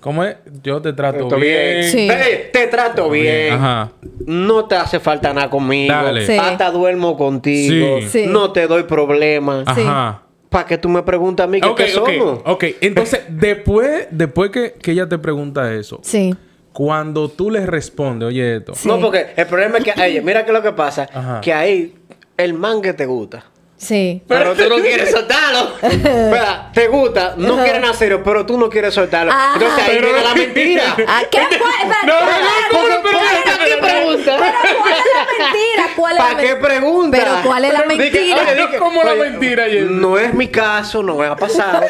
S2: ¿cómo es? Yo te trato
S1: Trato
S2: bien.
S1: bien.
S3: Sí.
S1: Ve, te trato bien.
S2: Ajá.
S1: No te hace falta nada conmigo.
S2: Dale.
S3: Sí.
S1: Hasta duermo contigo.
S2: Sí.
S3: Sí.
S1: No te doy problemas.
S3: Sí.
S2: Ajá.
S1: ¿Para que tú me preguntas a mí que
S2: Ok,
S1: qué
S2: ok,
S1: somos?
S2: ok. Entonces, después, después que, que ella te pregunta eso,
S3: Sí.
S2: cuando tú le respondes, oye esto,
S3: Sí.
S1: No, porque el problema es que a ella, mira que lo que pasa,
S2: Ajá.
S1: que ahí el man que te gusta.
S3: Sí.
S1: Pero tú no quieres soltarlo. ¿Verdad? Te gusta, no
S3: Ajá.
S1: quieres nada serio, pero tú no quieres soltarlo.
S3: Ajá.
S1: Entonces ahí
S2: Pero-
S1: viene la mentira.
S3: ¿A qué fue? Espérate,
S2: No, no,
S3: espérate,
S2: ¿cómo
S3: espérate,
S2: no, pero-
S3: espérate,
S1: ¿Para qué pregunta?
S3: Pero ¿cuál es la mentira? ¿Cuál es la
S1: ¿Para qué pregunta?
S3: mentira? Pero ¿cuál es la
S1: Di que,
S3: mentira?
S1: oye, di que,
S2: ¿Cómo la
S1: oye,
S2: mentira, Jenny?
S1: No es mi caso, no me ha pasado.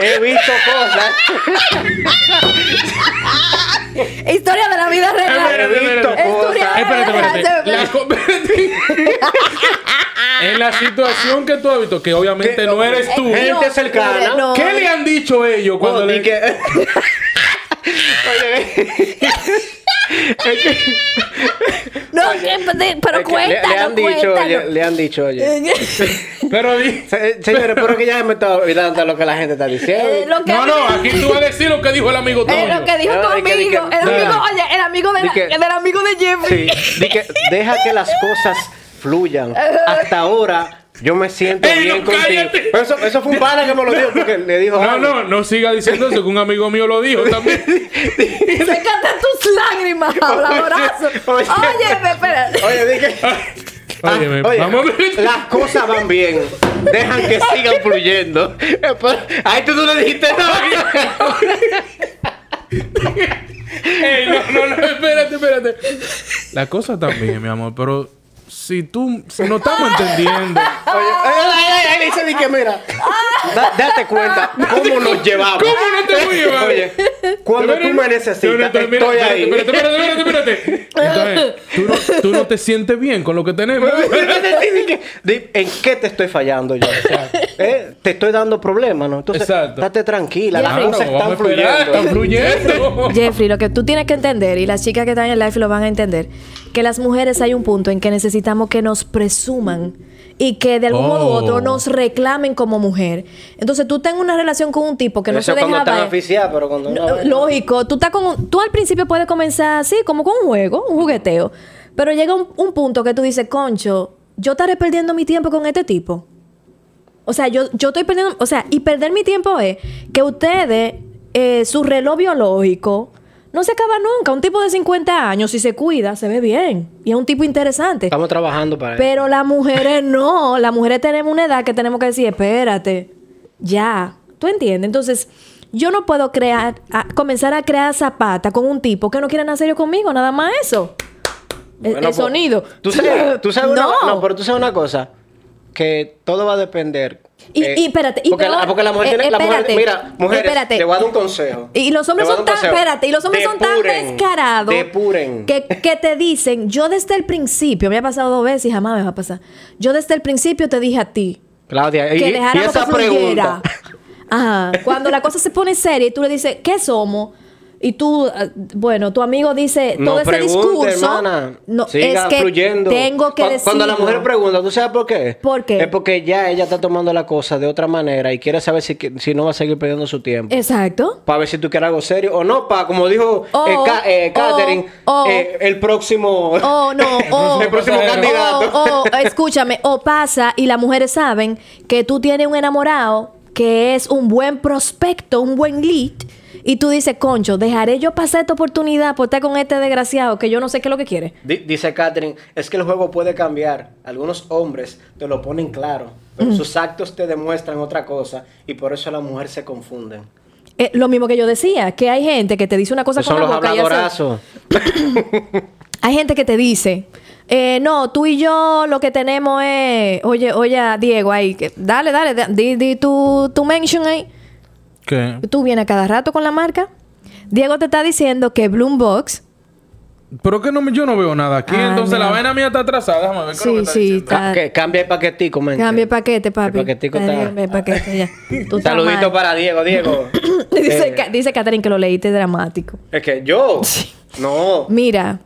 S1: He visto cosas.
S3: Historia de la vida real.
S1: Espérate, espérate.
S3: Historia de la
S2: Espérate,
S3: vida real.
S2: espérate. La co- en la situación que tú has visto, que obviamente
S1: Que-
S2: no eres tú.
S1: Gente
S3: eh, No,
S1: cercana.
S3: no.
S2: ¿Qué le han dicho ellos cuando
S1: Cuando
S2: le...
S1: di que... Oye, es que-
S3: No, que- pero
S1: es que le-
S3: cuéntalo,
S1: le, han dicho,
S3: cuéntalo.
S1: oye, le han dicho, oye.
S2: Pero di-
S1: Se- Señores, pero que ya me está olvidando de lo que la gente está diciendo.
S3: Eh, lo que
S2: No, no, aquí tú vas a decir lo que dijo el amigo tuyo.
S3: Eh, lo que dijo tu
S1: No, es que-
S3: amigo,
S1: que-
S3: el
S1: que-
S3: amigo, oye, el amigo de
S1: Di
S3: la-
S1: que-
S3: del amigo de Jeffrey.
S1: Sí, di que deja que las cosas fluyan. Hasta ahora yo me siento
S2: Ey,
S1: bien
S2: no,
S1: contigo.
S2: cállate.
S1: Pero eso, eso fue un pana que me lo dijo porque le dijo.
S2: No,
S1: "Ay,
S2: no, no siga diciendo eso, que un amigo mío lo dijo también.
S3: Sécate tus lágrimas, abrazo.
S1: Oye,
S3: Oye, espérate.
S1: Oye, dije.
S3: Ah,
S2: Óyeme, Ah, vamos a ver.
S1: Las cosas van bien. Dejan que sigan fluyendo. Ahí tú no le dijiste nada.
S2: Ey, no, no, no, espérate, espérate. La cosa también, mi amor, pero si tú, si no estamos entendiendo.
S1: Oye, ay, ay, ay, dice di que mira. da- date cuenta cómo nos llevamos.
S2: ¿Cómo no te voy a llevar?
S1: Oye, cuando tú me
S2: Yo no
S1: necesitas,
S2: estoy-
S1: estoy
S2: mira,
S1: ahí.
S2: Espérate, espérate, espérate, espérate. Entonces, tú no, tú no te sientes bien con lo que tenemos.
S1: Di, ¿En qué te estoy fallando yo? ¿Eh? Te estoy dando problemas, ¿no? Entonces,
S2: Exacto.
S1: date tranquila, las
S3: Claro,
S1: cosas
S2: vamos a
S1: están
S2: esperar, están
S1: fluyendo.
S2: fluyendo.
S3: Jeffrey, lo que tú tienes que entender, y las chicas que están en el live lo van a entender, que las mujeres hay un punto en que necesitamos que nos presuman y que de algún modo u
S2: Oh.
S3: otro nos reclamen como mujer. Entonces tú tengas una relación con un tipo que no
S1: Eso
S3: se
S1: es cuando
S3: deja
S1: están
S3: ver.
S1: oficiadas, pero cuando
S3: No,
S1: no.
S3: lógico, tú, estás con un- tú al principio puedes comenzar así, como con un juego, un jugueteo, pero llega un, un punto que tú dices, concho, yo estaré perdiendo mi tiempo con este tipo. O sea, yo, yo estoy perdiendo, o sea, y perder mi tiempo es que ustedes, eh, su reloj biológico, no se acaba nunca. Un tipo de 50 años, si se cuida, se ve bien. Y es un tipo interesante.
S1: Estamos trabajando para eso.
S3: Pero las mujeres no. Las mujeres tenemos una edad que tenemos que decir, espérate, ya. ¿Tú entiendes? Entonces, yo no puedo crear, a- comenzar a crear zapata con un tipo que no quiere nada serio conmigo, nada más eso. El,
S1: Bueno,
S3: el
S1: pues,
S3: sonido.
S1: Tú sabes, tú sabes una,
S3: no.
S1: no, pero tú sabes una cosa. Que todo va a depender.
S3: Y-
S1: eh,
S3: y espérate, y
S1: porque, la,
S3: peor,
S1: porque la mujer
S3: eh,
S1: tiene. la mujer-
S3: espérate,
S1: mira, mujeres,
S3: espérate.
S1: te voy a dar un consejo.
S3: Y los hombres
S1: Te voy a dar
S3: son tan,
S1: un consejo.
S3: espérate, y los hombres son tan
S1: Depuren,
S3: descarados
S1: Depuren.
S3: Que, que te dicen, yo desde el principio, me ha pasado dos veces y jamás me va a pasar. Yo desde el principio te dije a ti,
S1: Claudia, y,
S3: que
S1: y
S3: dejáramos
S1: esa
S3: que
S1: pregunta.
S3: fluyera. Ajá. Cuando la cosa se pone seria y tú le dices, ¿qué somos? Y tú, ah, bueno, tu amigo dice todo
S1: no
S3: ese
S1: pregunte,
S3: discurso.
S1: hermana.
S3: no,
S1: Siga
S3: es que
S1: fluyendo.
S3: tengo que
S1: Cu-
S3: decir.
S1: Cuando la mujer pregunta, ¿tú sabes por qué?
S3: ¿Por qué?
S1: Es porque ya ella está tomando la cosa de otra manera y quiere saber si, que- si no va a seguir perdiendo su
S3: Eh.
S1: tiempo.
S3: Exacto.
S1: Para ver si tú quieres algo serio o no, para, como dijo
S3: O,
S1: eh, Ca- eh,
S3: o,
S1: Catherine,
S3: o.
S1: eh, el próximo.
S3: O oh, no, oh. o.
S1: El próximo
S3: o-
S1: candidato.
S3: O, oh, escúchame, o pasa y las mujeres saben que tú tienes un enamorado que es un buen prospecto, un buen lead. Y tú dices, concho, dejaré yo pasar esta oportunidad por estar con este desgraciado que yo no sé qué es lo que quiere.
S1: Di- Dice Catherine, es que el juego puede cambiar. Algunos hombres te lo ponen claro, pero
S3: Mm.
S1: sus actos te demuestran otra cosa y por eso las mujeres se confunden.
S3: Eh, lo mismo que yo decía, que hay gente que te dice una cosa
S1: Pues Son
S3: con
S1: los
S3: la boca y hace-
S1: habladorazos.
S3: Hay gente que te dice, eh, no, tú y yo lo que tenemos es, oye, oye, a Diego, ahí, que- dale, dale, da- di, di tu, tu mention ahí.
S2: ¿Qué?
S3: Tú vienes a cada rato con la marca. Diego te está diciendo que Bloombox,
S2: Pero que no, me- yo no veo nada aquí.
S3: Ah,
S2: Entonces
S3: no.
S2: la vaina mía está atrasada. Déjame ver qué es lo
S3: Sí,
S2: que está
S3: sí,
S2: diciendo.
S1: Ca-
S3: Ah.
S1: que cambia el paquetico, men.
S3: cambia el paquete, papi.
S1: El paquetico está-
S3: Cambia el paquete, ya. Tú estás
S1: Saludito
S3: mal.
S1: para Diego, Diego.
S3: dice,
S1: Eh,
S3: Ca- dice Catherine que lo leíste dramático.
S1: es que yo.
S3: Sí.
S1: No.
S3: Mira,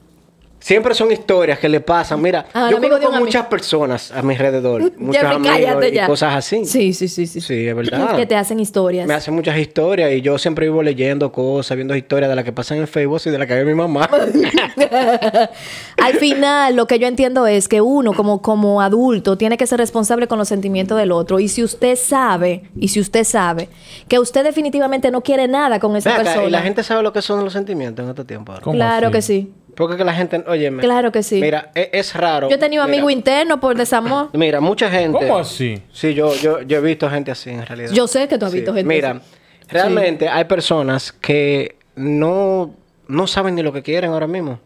S1: Siempre son historias que le pasan. Mira,
S3: Ah,
S1: yo
S3: amigo de
S1: conozco
S3: un ami-
S1: muchas personas a mi alrededor. Muchos
S3: Jeffrey,
S1: amigos
S3: cállate
S1: y
S3: ya.
S1: cosas así.
S3: Sí, sí, sí, sí.
S1: Sí, es verdad.
S3: Que te hacen historias.
S1: Me hacen muchas historias y yo siempre vivo leyendo cosas, viendo historias de las que pasan en Facebook y de las que ve mi mamá.
S3: Al final, lo que yo entiendo es que uno, como, como adulto, tiene que ser responsable con los sentimientos del otro. Y si usted sabe, y si usted sabe, que usted definitivamente no quiere nada con esa
S1: Ven acá,
S3: persona.
S1: y la gente sabe lo que son los sentimientos en este tiempo ahora.
S2: ¿Cómo
S3: Claro
S2: así?
S3: que sí.
S1: Porque que la gente, oye,
S3: Claro que sí.
S1: Mira, e- es, raro.
S3: Yo he tenido
S1: Mira,
S3: amigos internos por desamor.
S1: Mira, mucha gente.
S2: ¿Cómo así?
S1: Sí, yo, yo, yo he visto gente así en realidad.
S3: Yo sé que tú has
S1: Sí.
S3: visto gente
S1: Mira,
S3: así.
S1: realmente hay personas que no, no saben ni lo que quieren ahora mismo.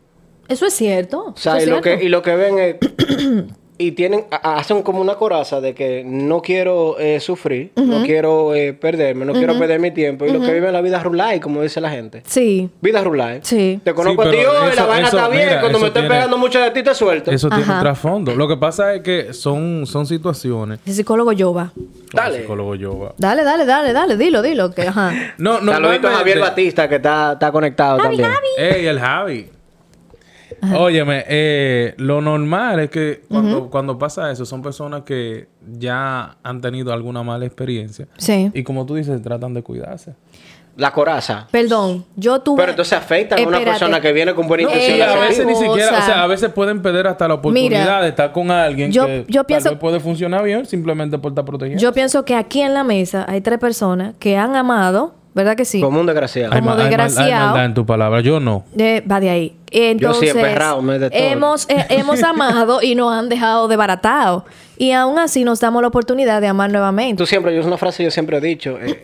S3: Eso es cierto.
S1: O sea,
S3: eso
S1: y
S3: es
S1: lo, que,
S3: cierto.
S1: y lo que ven es... y tienen, a- a- hacen como una coraza de que no quiero eh, sufrir, no quiero eh, perderme, no quiero perder mi tiempo. Y lo que viven la vida rulay, como dice la gente.
S3: Sí.
S1: Vida rulay.
S3: Sí.
S1: Te conozco a
S2: Sí,
S1: ti
S2: pero
S1: hoy, la
S2: eso-
S1: vaina
S2: eso,
S1: está bien.
S2: mira,
S1: Cuando
S2: eso
S1: me estoy
S2: tiene-
S1: pegando mucho de ti, te suelto.
S2: Eso tiene
S3: Ajá.
S2: un trasfondo. Lo que pasa es que son, son situaciones.
S3: El psicólogo Yoba.
S1: Dale.
S2: Como psicólogo Yoba.
S3: Dale, dale, dale, dale. Dilo, dilo. Que, ajá.
S2: No, no.
S1: Saludito a Javier Batista, que está, está conectado también.
S2: Ey, el Javi. Óyeme, eh, lo normal es que cuando, cuando pasa eso son personas que ya han tenido alguna mala experiencia.
S3: Sí.
S2: Y como tú dices, tratan de cuidarse.
S1: La coraza.
S3: Perdón, yo tuve.
S1: Pero entonces afectan a una
S3: Espérate.
S1: persona que viene con buena
S3: No,
S1: intención.
S2: y
S3: Ey,
S1: la
S2: a veces ni
S3: cosa.
S2: siquiera, o sea, a veces pueden perder hasta la oportunidad
S3: Mira,
S2: de estar con alguien
S3: yo-
S2: que
S3: yo
S2: tal
S3: pienso-
S2: vez puede funcionar bien simplemente por estar protegido.
S3: Yo pienso que aquí en la mesa hay tres personas que han amado, ¿verdad que sí?
S1: Como un desgraciado.
S3: Ay, como
S2: ma- mal- hay
S3: desgraciado.
S2: maldad en tu palabra. Yo no.
S3: Eh, va de ahí.
S1: Yo sí,
S3: Entonces,
S1: emperrado, me de todo.
S3: hemos, eh, hemos amado y nos han dejado desbaratados. Y aún así nos damos la oportunidad de amar nuevamente.
S1: Tú siempre, yo es una frase que yo siempre he dicho, eh,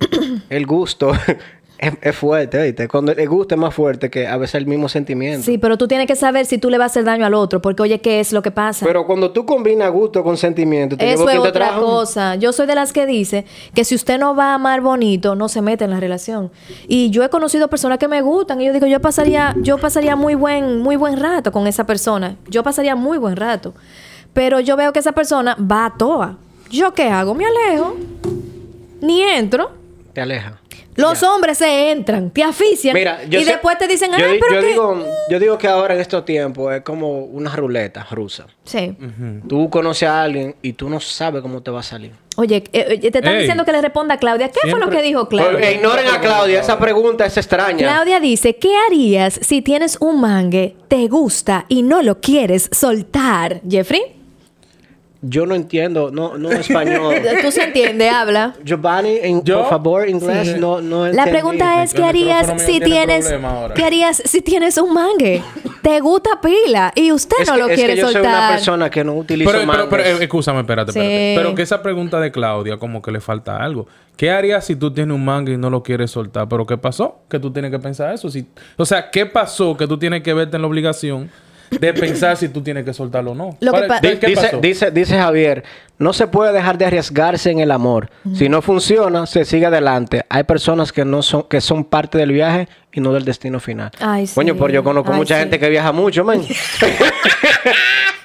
S1: el gusto Es, es fuerte, ¿viste? Cuando el gusto es más fuerte que a veces el mismo sentimiento.
S3: Sí, pero tú tienes que saber si tú le vas a hacer daño al otro, porque oye, ¿qué es lo que pasa?
S1: Pero cuando tú combinas gusto con sentimiento, te
S3: Eso
S1: llevo
S3: es
S1: quien te
S3: otra
S1: trajo.
S3: cosa. Yo soy de las que dice que si usted no va a amar bonito, no se mete en la relación. Y yo he conocido personas que me gustan y yo digo, yo pasaría, yo pasaría muy buen, muy buen rato con esa persona. Yo pasaría muy buen rato. Pero yo veo que esa persona va a toa. ¿Yo qué hago? Me alejo. Ni entro.
S1: Te aleja.
S3: Los hombres se entran, te asfixian
S1: Mira, yo
S3: y
S1: sé-
S3: después te dicen,
S1: yo
S3: ay,
S1: di-
S3: pero
S1: yo
S3: que...
S1: digo, yo digo que ahora en estos tiempos es como una ruleta rusa.
S3: Sí.
S1: Mm. Tú conoces a alguien y tú no sabes cómo te va a salir.
S3: Oye, eh, oye, te están
S2: Ey.
S3: diciendo que le responda a Claudia. ¿Qué fue lo
S2: Siempre-
S3: que dijo
S1: Pero,
S3: Claudia?
S1: eh, ignoren a Claudia, esa pregunta es extraña.
S3: Claudia dice, ¿qué harías si tienes un mangue, te gusta y no lo quieres soltar? Jeffrey,
S1: Yo no entiendo, no, no español.
S3: tú se entiende, habla.
S1: Giovanni, en-
S2: ¿Yo?
S1: por favor, inglés,
S2: Sí.
S1: no, no
S3: La
S1: entendí.
S3: pregunta es,
S2: El
S3: ¿qué harías
S2: micrófono mío
S3: si
S2: tiene
S3: tienes,
S2: problema ahora.
S3: ¿qué harías si tienes un mangue? Te gusta pila y usted
S1: Es
S3: no
S1: que-
S3: lo
S1: es
S3: quiere
S1: que yo soy una
S3: soltar.
S1: persona que no utilizo
S2: Pero, pero, pero,
S1: mangas.
S2: eh, escúchame, espérate, espérate.
S3: Sí.
S2: Pero que esa pregunta de Claudia, como que le falta algo. ¿Qué harías si tú tienes un manga y no lo quieres soltar? ¿Pero qué pasó? Que tú tienes que pensar eso. Si, o sea, ¿qué pasó que tú tienes que verte en la obligación de pensar si tú tienes que soltarlo o no?
S3: Lo que
S2: ¿Cuál-
S3: pa-
S2: de- ¿Qué
S1: dice,
S2: pasó?
S1: dice, dice Javier, no se puede dejar de arriesgarse en el amor. Si no funciona, se sigue adelante. Hay personas que no son, que son parte del viaje y no del destino final.
S3: Ay, sí.
S1: Coño, pero yo conozco
S3: Ay,
S1: mucha
S3: sí.
S1: gente que viaja mucho, man.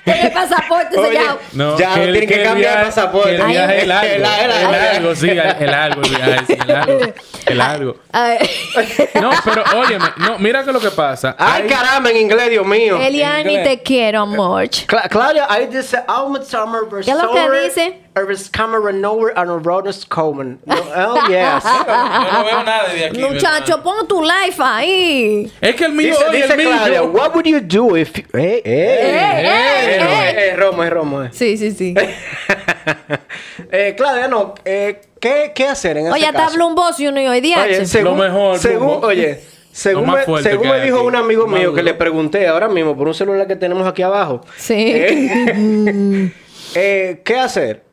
S3: Tiene pasaporte
S1: Oye,
S3: sellado.
S2: No,
S1: ya
S2: que el-
S1: tienen que,
S2: que el
S1: cambiar
S2: viaje-
S1: el pasaporte.
S2: que el viaje es largo.
S1: El largo,
S2: Es
S1: el largo.
S2: largo, sí, el el largo, el viaje, sí, el largo. El largo.
S3: Ay,
S2: No, pero óyeme, no, mira que lo que pasa.
S1: Ay,
S2: Hay-
S1: caramba, en inglés, Dios mío.
S3: Eliani,
S2: inglés.
S3: te quiero, amor.
S1: Cla- Claudia, ahí dice Alma Summer versus
S3: ¿Qué es lo que dice?
S1: Versus Camera Nowhere and Rodas Common. No, oh, yes.
S2: Yo no veo nada de aquí. ¿verdad?
S3: Muchacho, pon tu life ahí.
S2: Es que el mío,
S1: Dice,
S2: oye,
S1: dice
S2: el mío.
S1: Claudia, what would you do if you... Eh, eh.
S3: Eh, eh, eh.
S1: Eh, Romo, es Romo, eh.
S3: Sí, sí, sí.
S1: eh, Claudia, no, eh, ¿qué, ¿qué hacer en
S3: Oye,
S1: este
S3: está
S1: caso?
S3: Bloombox y uno y hoy día.
S1: Oye, según,
S2: mejor,
S1: según,
S2: Blumbo.
S1: oye, según
S2: más
S1: me,
S2: fuerte
S1: según
S2: que
S1: me
S2: hay
S1: dijo
S2: aquí.
S1: un amigo
S2: Lo más
S1: mío que
S2: duro.
S1: le pregunté ahora mismo por un celular que tenemos aquí abajo.
S3: Sí.
S1: Eh, eh, ¿Qué hacer?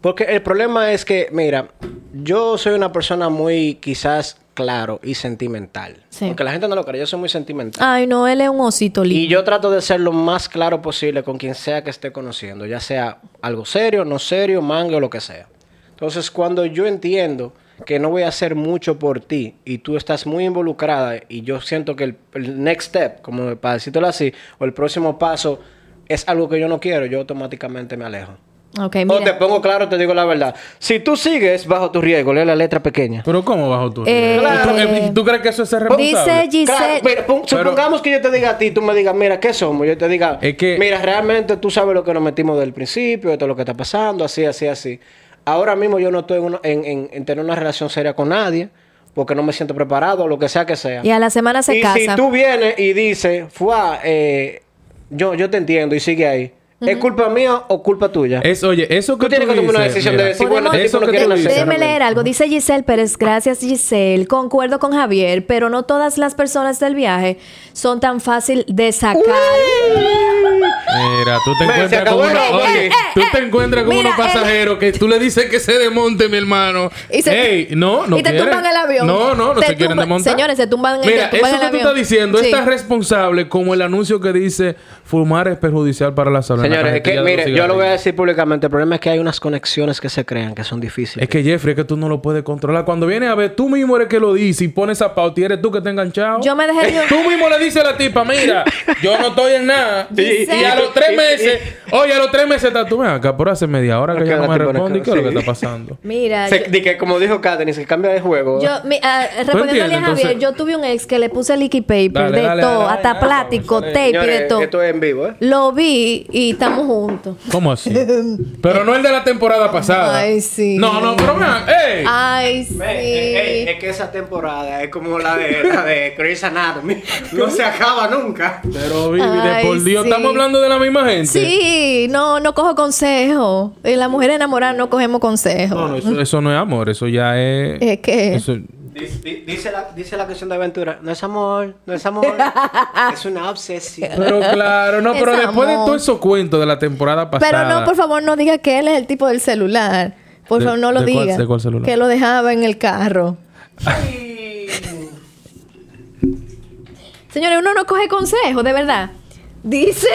S1: Porque el problema es que, mira, yo soy una persona muy quizás claro y sentimental.
S3: Sí.
S1: Aunque la gente no lo cree, yo soy muy sentimental.
S3: Ay, no, él es un osito
S1: Y
S3: lindo.
S1: yo trato de ser lo más claro posible con quien sea que esté conociendo, ya sea algo serio, no serio, manga o lo que sea. Entonces, cuando yo entiendo que no voy a hacer mucho por ti y tú estás muy involucrada y yo siento que el, el next step, como para decírtelo así, o el próximo paso es algo que yo no quiero, yo automáticamente me alejo.
S3: Ok,
S1: O te
S3: Eh, mira.
S1: pongo claro, te digo la verdad. Si tú sigues bajo tu riesgo, lee la letra pequeña.
S2: Pero ¿cómo bajo tú?
S3: Eh,
S2: ¿Tú,
S3: eh,
S2: tú crees que eso es ser responsable?
S3: Dice Giselle.
S1: Claro, mira, pon-
S2: Pero-
S1: supongamos que yo te diga a ti, tú me digas, mira, ¿qué somos? Yo te diga,
S2: Es que-
S1: mira, realmente tú sabes lo que nos metimos del principio, esto es lo que está pasando, así, así, así. Ahora mismo yo no estoy en, una- en- en- en tener una relación seria con nadie, porque no me siento preparado, lo que sea que sea.
S3: Y a la semana se
S1: Y
S3: casa.
S1: si tú vienes y dices, fua, eh, yo, yo te entiendo y sigue ahí, ¿es culpa mía o culpa tuya?
S2: Es, oye, eso que tú,
S1: Tú tienes que tomar una
S2: dices,
S1: decisión
S2: mira,
S1: de decir, bueno,
S3: Podemos-
S1: este
S2: eso
S1: tipo no
S2: que
S1: quiere
S2: tú
S1: una
S2: dices,
S1: relación
S3: Déjeme
S1: realmente.
S3: leer algo. Dice Giselle Pérez, gracias Giselle. Concuerdo con Javier, pero no todas las personas del viaje son tan fácil de sacar.
S2: Mira, tú te
S1: Ven, Pues, se
S2: encuentras con
S1: acabó el
S2: uno,
S1: robo,
S2: oye,
S1: eh,
S2: tú te encuentras con
S3: mira,
S2: unos
S3: eh.
S2: pasajeros que tú le dices que se desmonte, mi hermano.
S3: Y se-
S2: Ey, no, no
S3: y te
S2: quieren.
S3: tumban el avión.
S2: No, no, no
S3: Te
S2: se quieren
S3: tumban-
S2: desmontar.
S3: señores, se tumban- te
S2: Mira, eso
S3: tumban
S2: que
S3: el
S2: tú
S3: avión.
S2: estás diciendo
S3: Sí.
S2: es tan responsable como el anuncio que dice fumar es perjudicial para la salud. en la
S1: Señores, es que,
S2: cajetilla de los
S1: mire, yo lo voy a
S2: cigarrillos".
S1: decir públicamente. El problema es que hay unas conexiones que se crean que son difíciles.
S2: Es que Jeffrey, es que tú no lo puedes controlar. Cuando vienes a ver, tú mismo eres que lo dice y pones esa pauta y eres tú que te enganchado. Eh,
S3: Yo me dejé de-
S2: Tú mismo le dices a la tipa, mira, yo no estoy en nada. y,
S3: Giselle.
S2: y a los tres meses, oye, a los tres meses estás tú, ven acá, por hace media hora que
S1: Acá
S2: ya no
S1: la
S2: me
S1: tipa
S2: responde. ¿Y
S1: no-
S2: qué es lo que
S1: sí.
S2: está pasando?
S3: Mira,
S1: Se-
S3: yo-
S1: di que como dijo Katherine, se cambia de juego.
S3: Yo, mi- ah, respondiéndole
S2: entiendes?
S3: a Javier,
S2: Entonces-
S3: yo tuve un ex que le puse leaky paper,
S2: Dale,
S3: de
S2: dale,
S3: todo,
S2: dale,
S3: hasta
S2: dale,
S3: plástico,
S2: dale.
S3: tape, y
S1: Señores,
S3: de todo.
S1: esto es en vivo, ¿eh?
S3: Lo vi y estamos juntos.
S2: ¿Cómo así? pero no el de la temporada pasada.
S3: Ay, sí. Ah.
S2: No, no, pero vean, ¡ey!
S3: Ay, sí.
S1: eh, es que esa temporada es como la de, la de Grey's Anatomy. No se acaba nunca.
S2: Pero Vivi, de
S3: Ay,
S2: por Dios,
S3: sí.
S2: estamos hablando de la misma gente.
S3: Sí, no, no cojo consejo. Eh, Las mujeres enamoradas no cogemos consejo.
S2: No, no, eso, eso no es amor, eso ya es.
S3: Es que-
S2: eso-
S1: Dice, la, dice la canción de Aventura, no es amor, no es amor. es una obsesión.
S2: Pero claro, no,
S3: Es
S2: pero después de
S3: amor.
S2: todo eso cuento de la temporada pasada.
S3: Pero no, por favor, no diga que él es el tipo del celular. Por
S2: ¿De-
S3: favor, no lo
S2: de cuál-
S3: diga.
S2: de cuál celular?
S3: Que lo dejaba en el carro. Señores, uno no coge consejos, de verdad. Dice.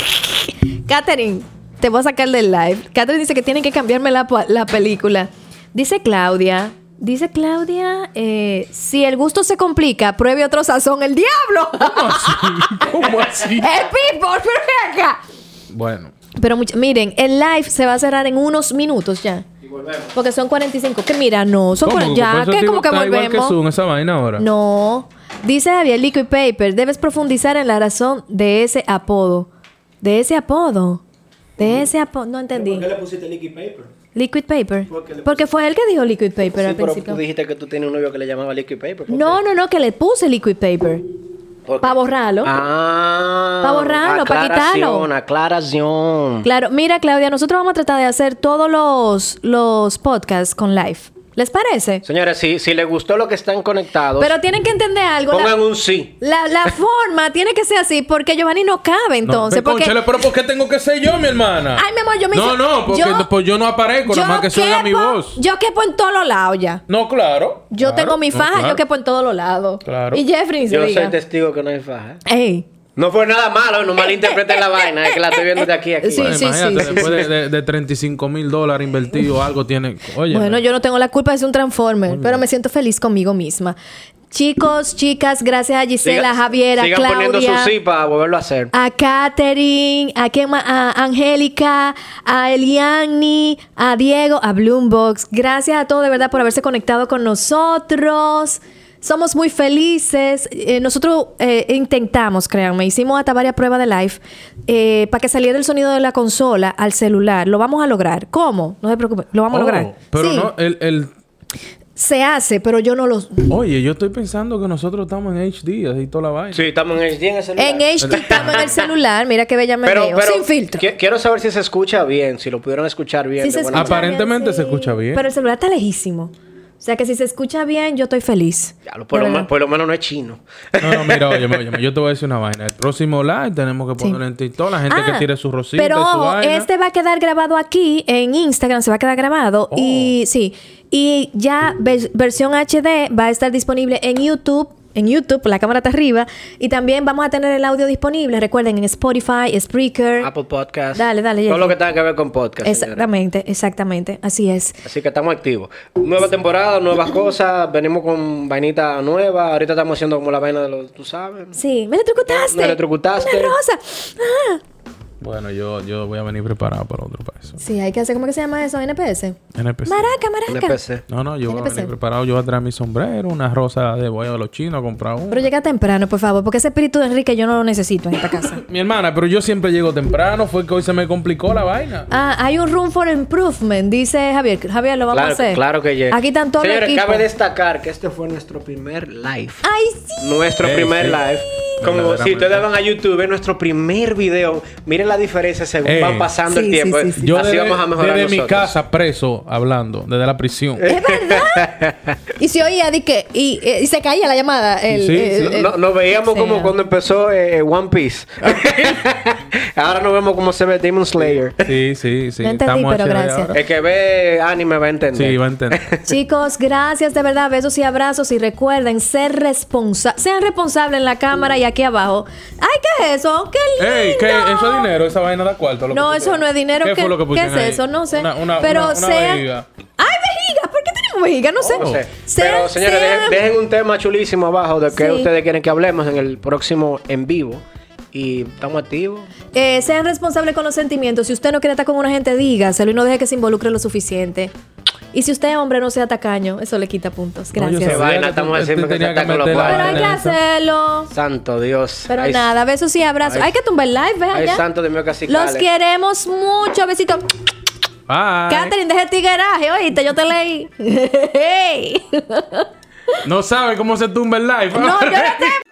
S3: Catherine, te voy a sacar del live. Catherine dice que tienen que cambiarme la, pa- la película. Dice Claudia. Dice Claudia, eh, si el gusto se complica, pruebe otro sazón. ¡El diablo!
S2: ¿Cómo así?
S3: ¡El pipo! ¡Pero ven acá!
S2: Bueno.
S3: Pero much- miren, el live se va a cerrar en unos minutos ya. Porque son 45. Que mira, no, son
S2: ¿Cómo?
S3: 40 ya,
S2: Por eso
S3: que
S2: digo,
S3: como que
S2: está Igual que
S3: volvemos.
S2: Zoom, esa vaina ahora.
S3: No. Dice Javier Liquid Paper, debes profundizar en la razón de ese apodo. De ese apodo. De ese apodo. No entendí.
S1: le pusiste liquid paper?
S3: Liquid Paper.
S1: ¿Por qué le
S3: Porque fue él que dijo Liquid Paper
S1: sí,
S3: al
S1: pero tú
S3: principio.
S1: dijiste que tú tienes un novio que le llamaba liquid paper.
S3: No, no, no, que le puse Liquid Paper. Para borrarlo.
S1: Ah.
S3: Pa' borrarlo, pa' quitarlo.
S1: Aclaración, aclaración.
S3: Claro, mira Claudia, nosotros vamos a tratar de hacer todos los, los podcasts con live. ¿Les parece?
S1: Señores, si, si les gustó lo que están conectados,
S3: Pero tienen que entender algo. la-
S1: pongan un sí.
S3: La, la forma tiene que ser así porque Giovanni no cabe entonces.
S2: No,
S3: porque
S2: cónchale, pero ¿por qué tengo que ser yo, mi hermana?
S3: Ay, mi amor, yo me
S2: No,
S3: hice-
S2: no, porque
S3: yo-
S2: no- pues yo no aparezco, nada más que suena mi
S3: quepo-
S2: voz.
S3: Yo quepo en todos los lados ya.
S2: No, claro.
S3: Yo
S2: claro,
S3: tengo mi
S2: no,
S3: faja, yo
S2: claro.
S3: quepo en todos los lados.
S2: Claro.
S3: Y Jeffrey ni se
S1: Yo soy
S3: diga.
S1: testigo que no hay faja. ¿eh?
S3: Ey.
S1: No fue nada malo, no malinterpreten la vaina, es que la estoy viendo de aquí a aquí.
S3: Sí,
S2: Bueno,
S3: sí,
S2: imagínate,
S3: sí.
S2: después de, de- de 35 mil dólares invertido, algo tiene. Oye.
S3: Bueno, yo no tengo la culpa de ser un Transformer, pero me siento feliz conmigo misma. Chicos, chicas, gracias a Gisela, a Javiera, a
S1: sigan poniendo
S3: Claudia.
S1: su sí para volverlo a hacer.
S3: a Katherine, a, quién más? a Angélica, a Eliani, a Diego, a Bloombox. Gracias a todos de verdad por haberse conectado con nosotros. Somos muy felices. Eh, nosotros eh, intentamos, créanme, hicimos hasta varias pruebas de live eh, para que saliera el sonido de la consola al celular. Lo vamos a lograr. ¿Cómo? No se preocupen, lo vamos
S2: Oh,
S3: a lograr.
S2: Pero
S3: Sí,
S2: no, el, el-
S3: se hace, pero yo no lo...
S2: Oye, yo estoy pensando que nosotros estamos en HD así toda la vaina.
S1: Sí, estamos en HD en el celular.
S3: En HD estamos en el celular, mira qué bella me
S1: pero,
S3: veo,
S1: pero
S3: sin filtro.
S1: qui- quiero saber si se escucha bien, si lo pudieron escuchar bien.
S3: Sí se
S1: de buena
S3: escucha
S1: manera.
S2: Aparentemente
S3: bien,
S2: se
S3: sí.
S2: escucha bien.
S3: Pero el celular está lejísimo. O sea que si se escucha bien, yo estoy feliz.
S1: Ya, lo- por,
S3: De
S1: lo,
S3: verdad.
S1: men- por lo menos no es chino.
S2: No, no, mira, oye, yo te voy a decir una vaina. El próximo live tenemos que ponerlo en TikTok. La gente
S3: Ah,
S2: que tire su rosita
S3: Pero
S2: y su
S3: ojo,
S2: vaina.
S3: este va a quedar grabado aquí en Instagram, se va a quedar grabado.
S2: Oh.
S3: Y sí, y ya ve- versión HD va a estar disponible en YouTube. En YouTube, la cámara está arriba. Y también vamos a tener el audio disponible. Recuerden, en Spotify, Spreaker.
S2: Ah,
S1: Apple
S2: pues,
S1: Podcast.
S3: Dale, dale,
S1: Todo
S3: Jeffrey.
S1: lo que tenga que ver con podcast. señores.
S3: Exactamente, exactamente. Así es.
S1: Así que estamos activos. Nueva temporada, nuevas cosas. Venimos con vainita nueva. Ahorita estamos haciendo como la vaina de los, tú sabes.
S3: Sí, me electrocutaste.
S1: Me electrocutaste.
S3: Una rosa. Ah.
S2: Bueno, yo, yo voy a venir preparado para otro país.
S3: Sí, hay que hacer, ¿cómo que se llama eso? NPS.
S2: NPC.
S3: Maraca,
S1: Pues Un
S3: maraca.
S1: NPC.
S2: No, no, yo voy a
S3: NPC.
S2: venir preparado. Yo voy a traer mi sombrero, una rosa de voy a los chinos a comprar
S3: Pero
S2: una.
S3: llega temprano, por favor, porque ese espíritu de Enrique yo no lo necesito en esta casa.
S2: Mi hermana, pero yo siempre llego temprano. Fue que hoy se me complicó la vaina.
S3: Ah, hay un room for improvement, dice Javier. Javier, lo vamos
S1: Claro,
S3: a hacer.
S1: claro que llega.
S3: Aquí están todos los
S1: Señores,
S3: equipos.
S1: cabe destacar que este fue nuestro primer live.
S3: Ay, sí.
S1: Nuestro
S2: Ah. Sí,
S1: primer
S2: sí.
S1: live. Como
S2: Verdaderamente.
S1: si ustedes van a YouTube, es nuestro primer video. Miren la diferencia según
S2: Ey.
S1: van pasando el
S3: Sí, sí,
S1: tiempo.
S3: sí, sí.
S2: Eh. Yo
S1: Así
S2: desde,
S1: vamos a mejorar
S2: desde mi
S1: nosotros.
S2: casa preso hablando, desde la prisión.
S3: Es verdad. y se oía de que. Y, eh, y se caía la llamada. El,
S2: Sí, sí.
S3: el- el-
S1: No- nos veíamos
S3: Sí,
S1: como
S3: no.
S1: cuando empezó eh, One Piece. Ahora nos vemos como se ve Demon Slayer.
S2: Sí, sí, sí.
S3: No entendí,
S2: Estamos
S3: pero
S2: HD
S3: gracias.
S2: ahora.
S1: El que ve anime va a entender.
S2: Sí, va a entender.
S3: Chicos, gracias de verdad. Besos y abrazos. Y recuerden ser responsables. Sean responsables en la cámara y aquí abajo. Ay, ¿qué es eso? ¡Qué lindo!
S2: Ey, ¿qué? ¿Eso es dinero? ¿Esa vaina da cuarto? lo que
S3: No,
S2: pusieron?
S3: eso no es dinero.
S2: ¿Qué,
S3: ¿Qué,
S2: fue lo que
S3: qué
S2: pusieron
S3: es
S2: ahí?
S3: eso? No sé.
S2: Una, una,
S3: pero
S2: una, una
S3: sean-
S2: bebida.
S3: ¡Ay, vejiga! ¿Por qué tenemos vejiga? No sé.
S1: No sé.
S3: Sean-
S1: Pero señores,
S3: sean-
S1: dejen, dejen un tema chulísimo abajo de que
S3: Sí.
S1: ustedes quieren que hablemos en el próximo en vivo. Y estamos activos.
S3: eh, sean responsables con los sentimientos. Si usted no quiere estar con una gente, dígaselo y no deje que se involucre lo suficiente. Y si usted es hombre, no sea tacaño. Eso le quita puntos.
S2: No, yo
S3: Gracias.
S2: sabía
S1: vaina,
S2: que
S1: estamos
S2: tú-
S1: haciendo
S2: tú
S1: que
S2: tenías
S1: te atacan los
S2: meter la
S3: pero
S1: padres.
S3: hay que
S2: vaina esa.
S3: hacerlo.
S1: Santo Dios.
S3: Pero
S1: Ay,
S3: nada, besos y abrazos.
S1: Ay.
S3: hay que tumbar live, ve
S1: Ay,
S3: allá.
S1: santo de mío, casi
S3: Los
S1: cale.
S3: queremos mucho. Besitos.
S2: Bye.
S3: Catherine, deje tigueraje, oíste, yo te leí.
S2: No sabe cómo se tumba el live.
S3: no, yo no te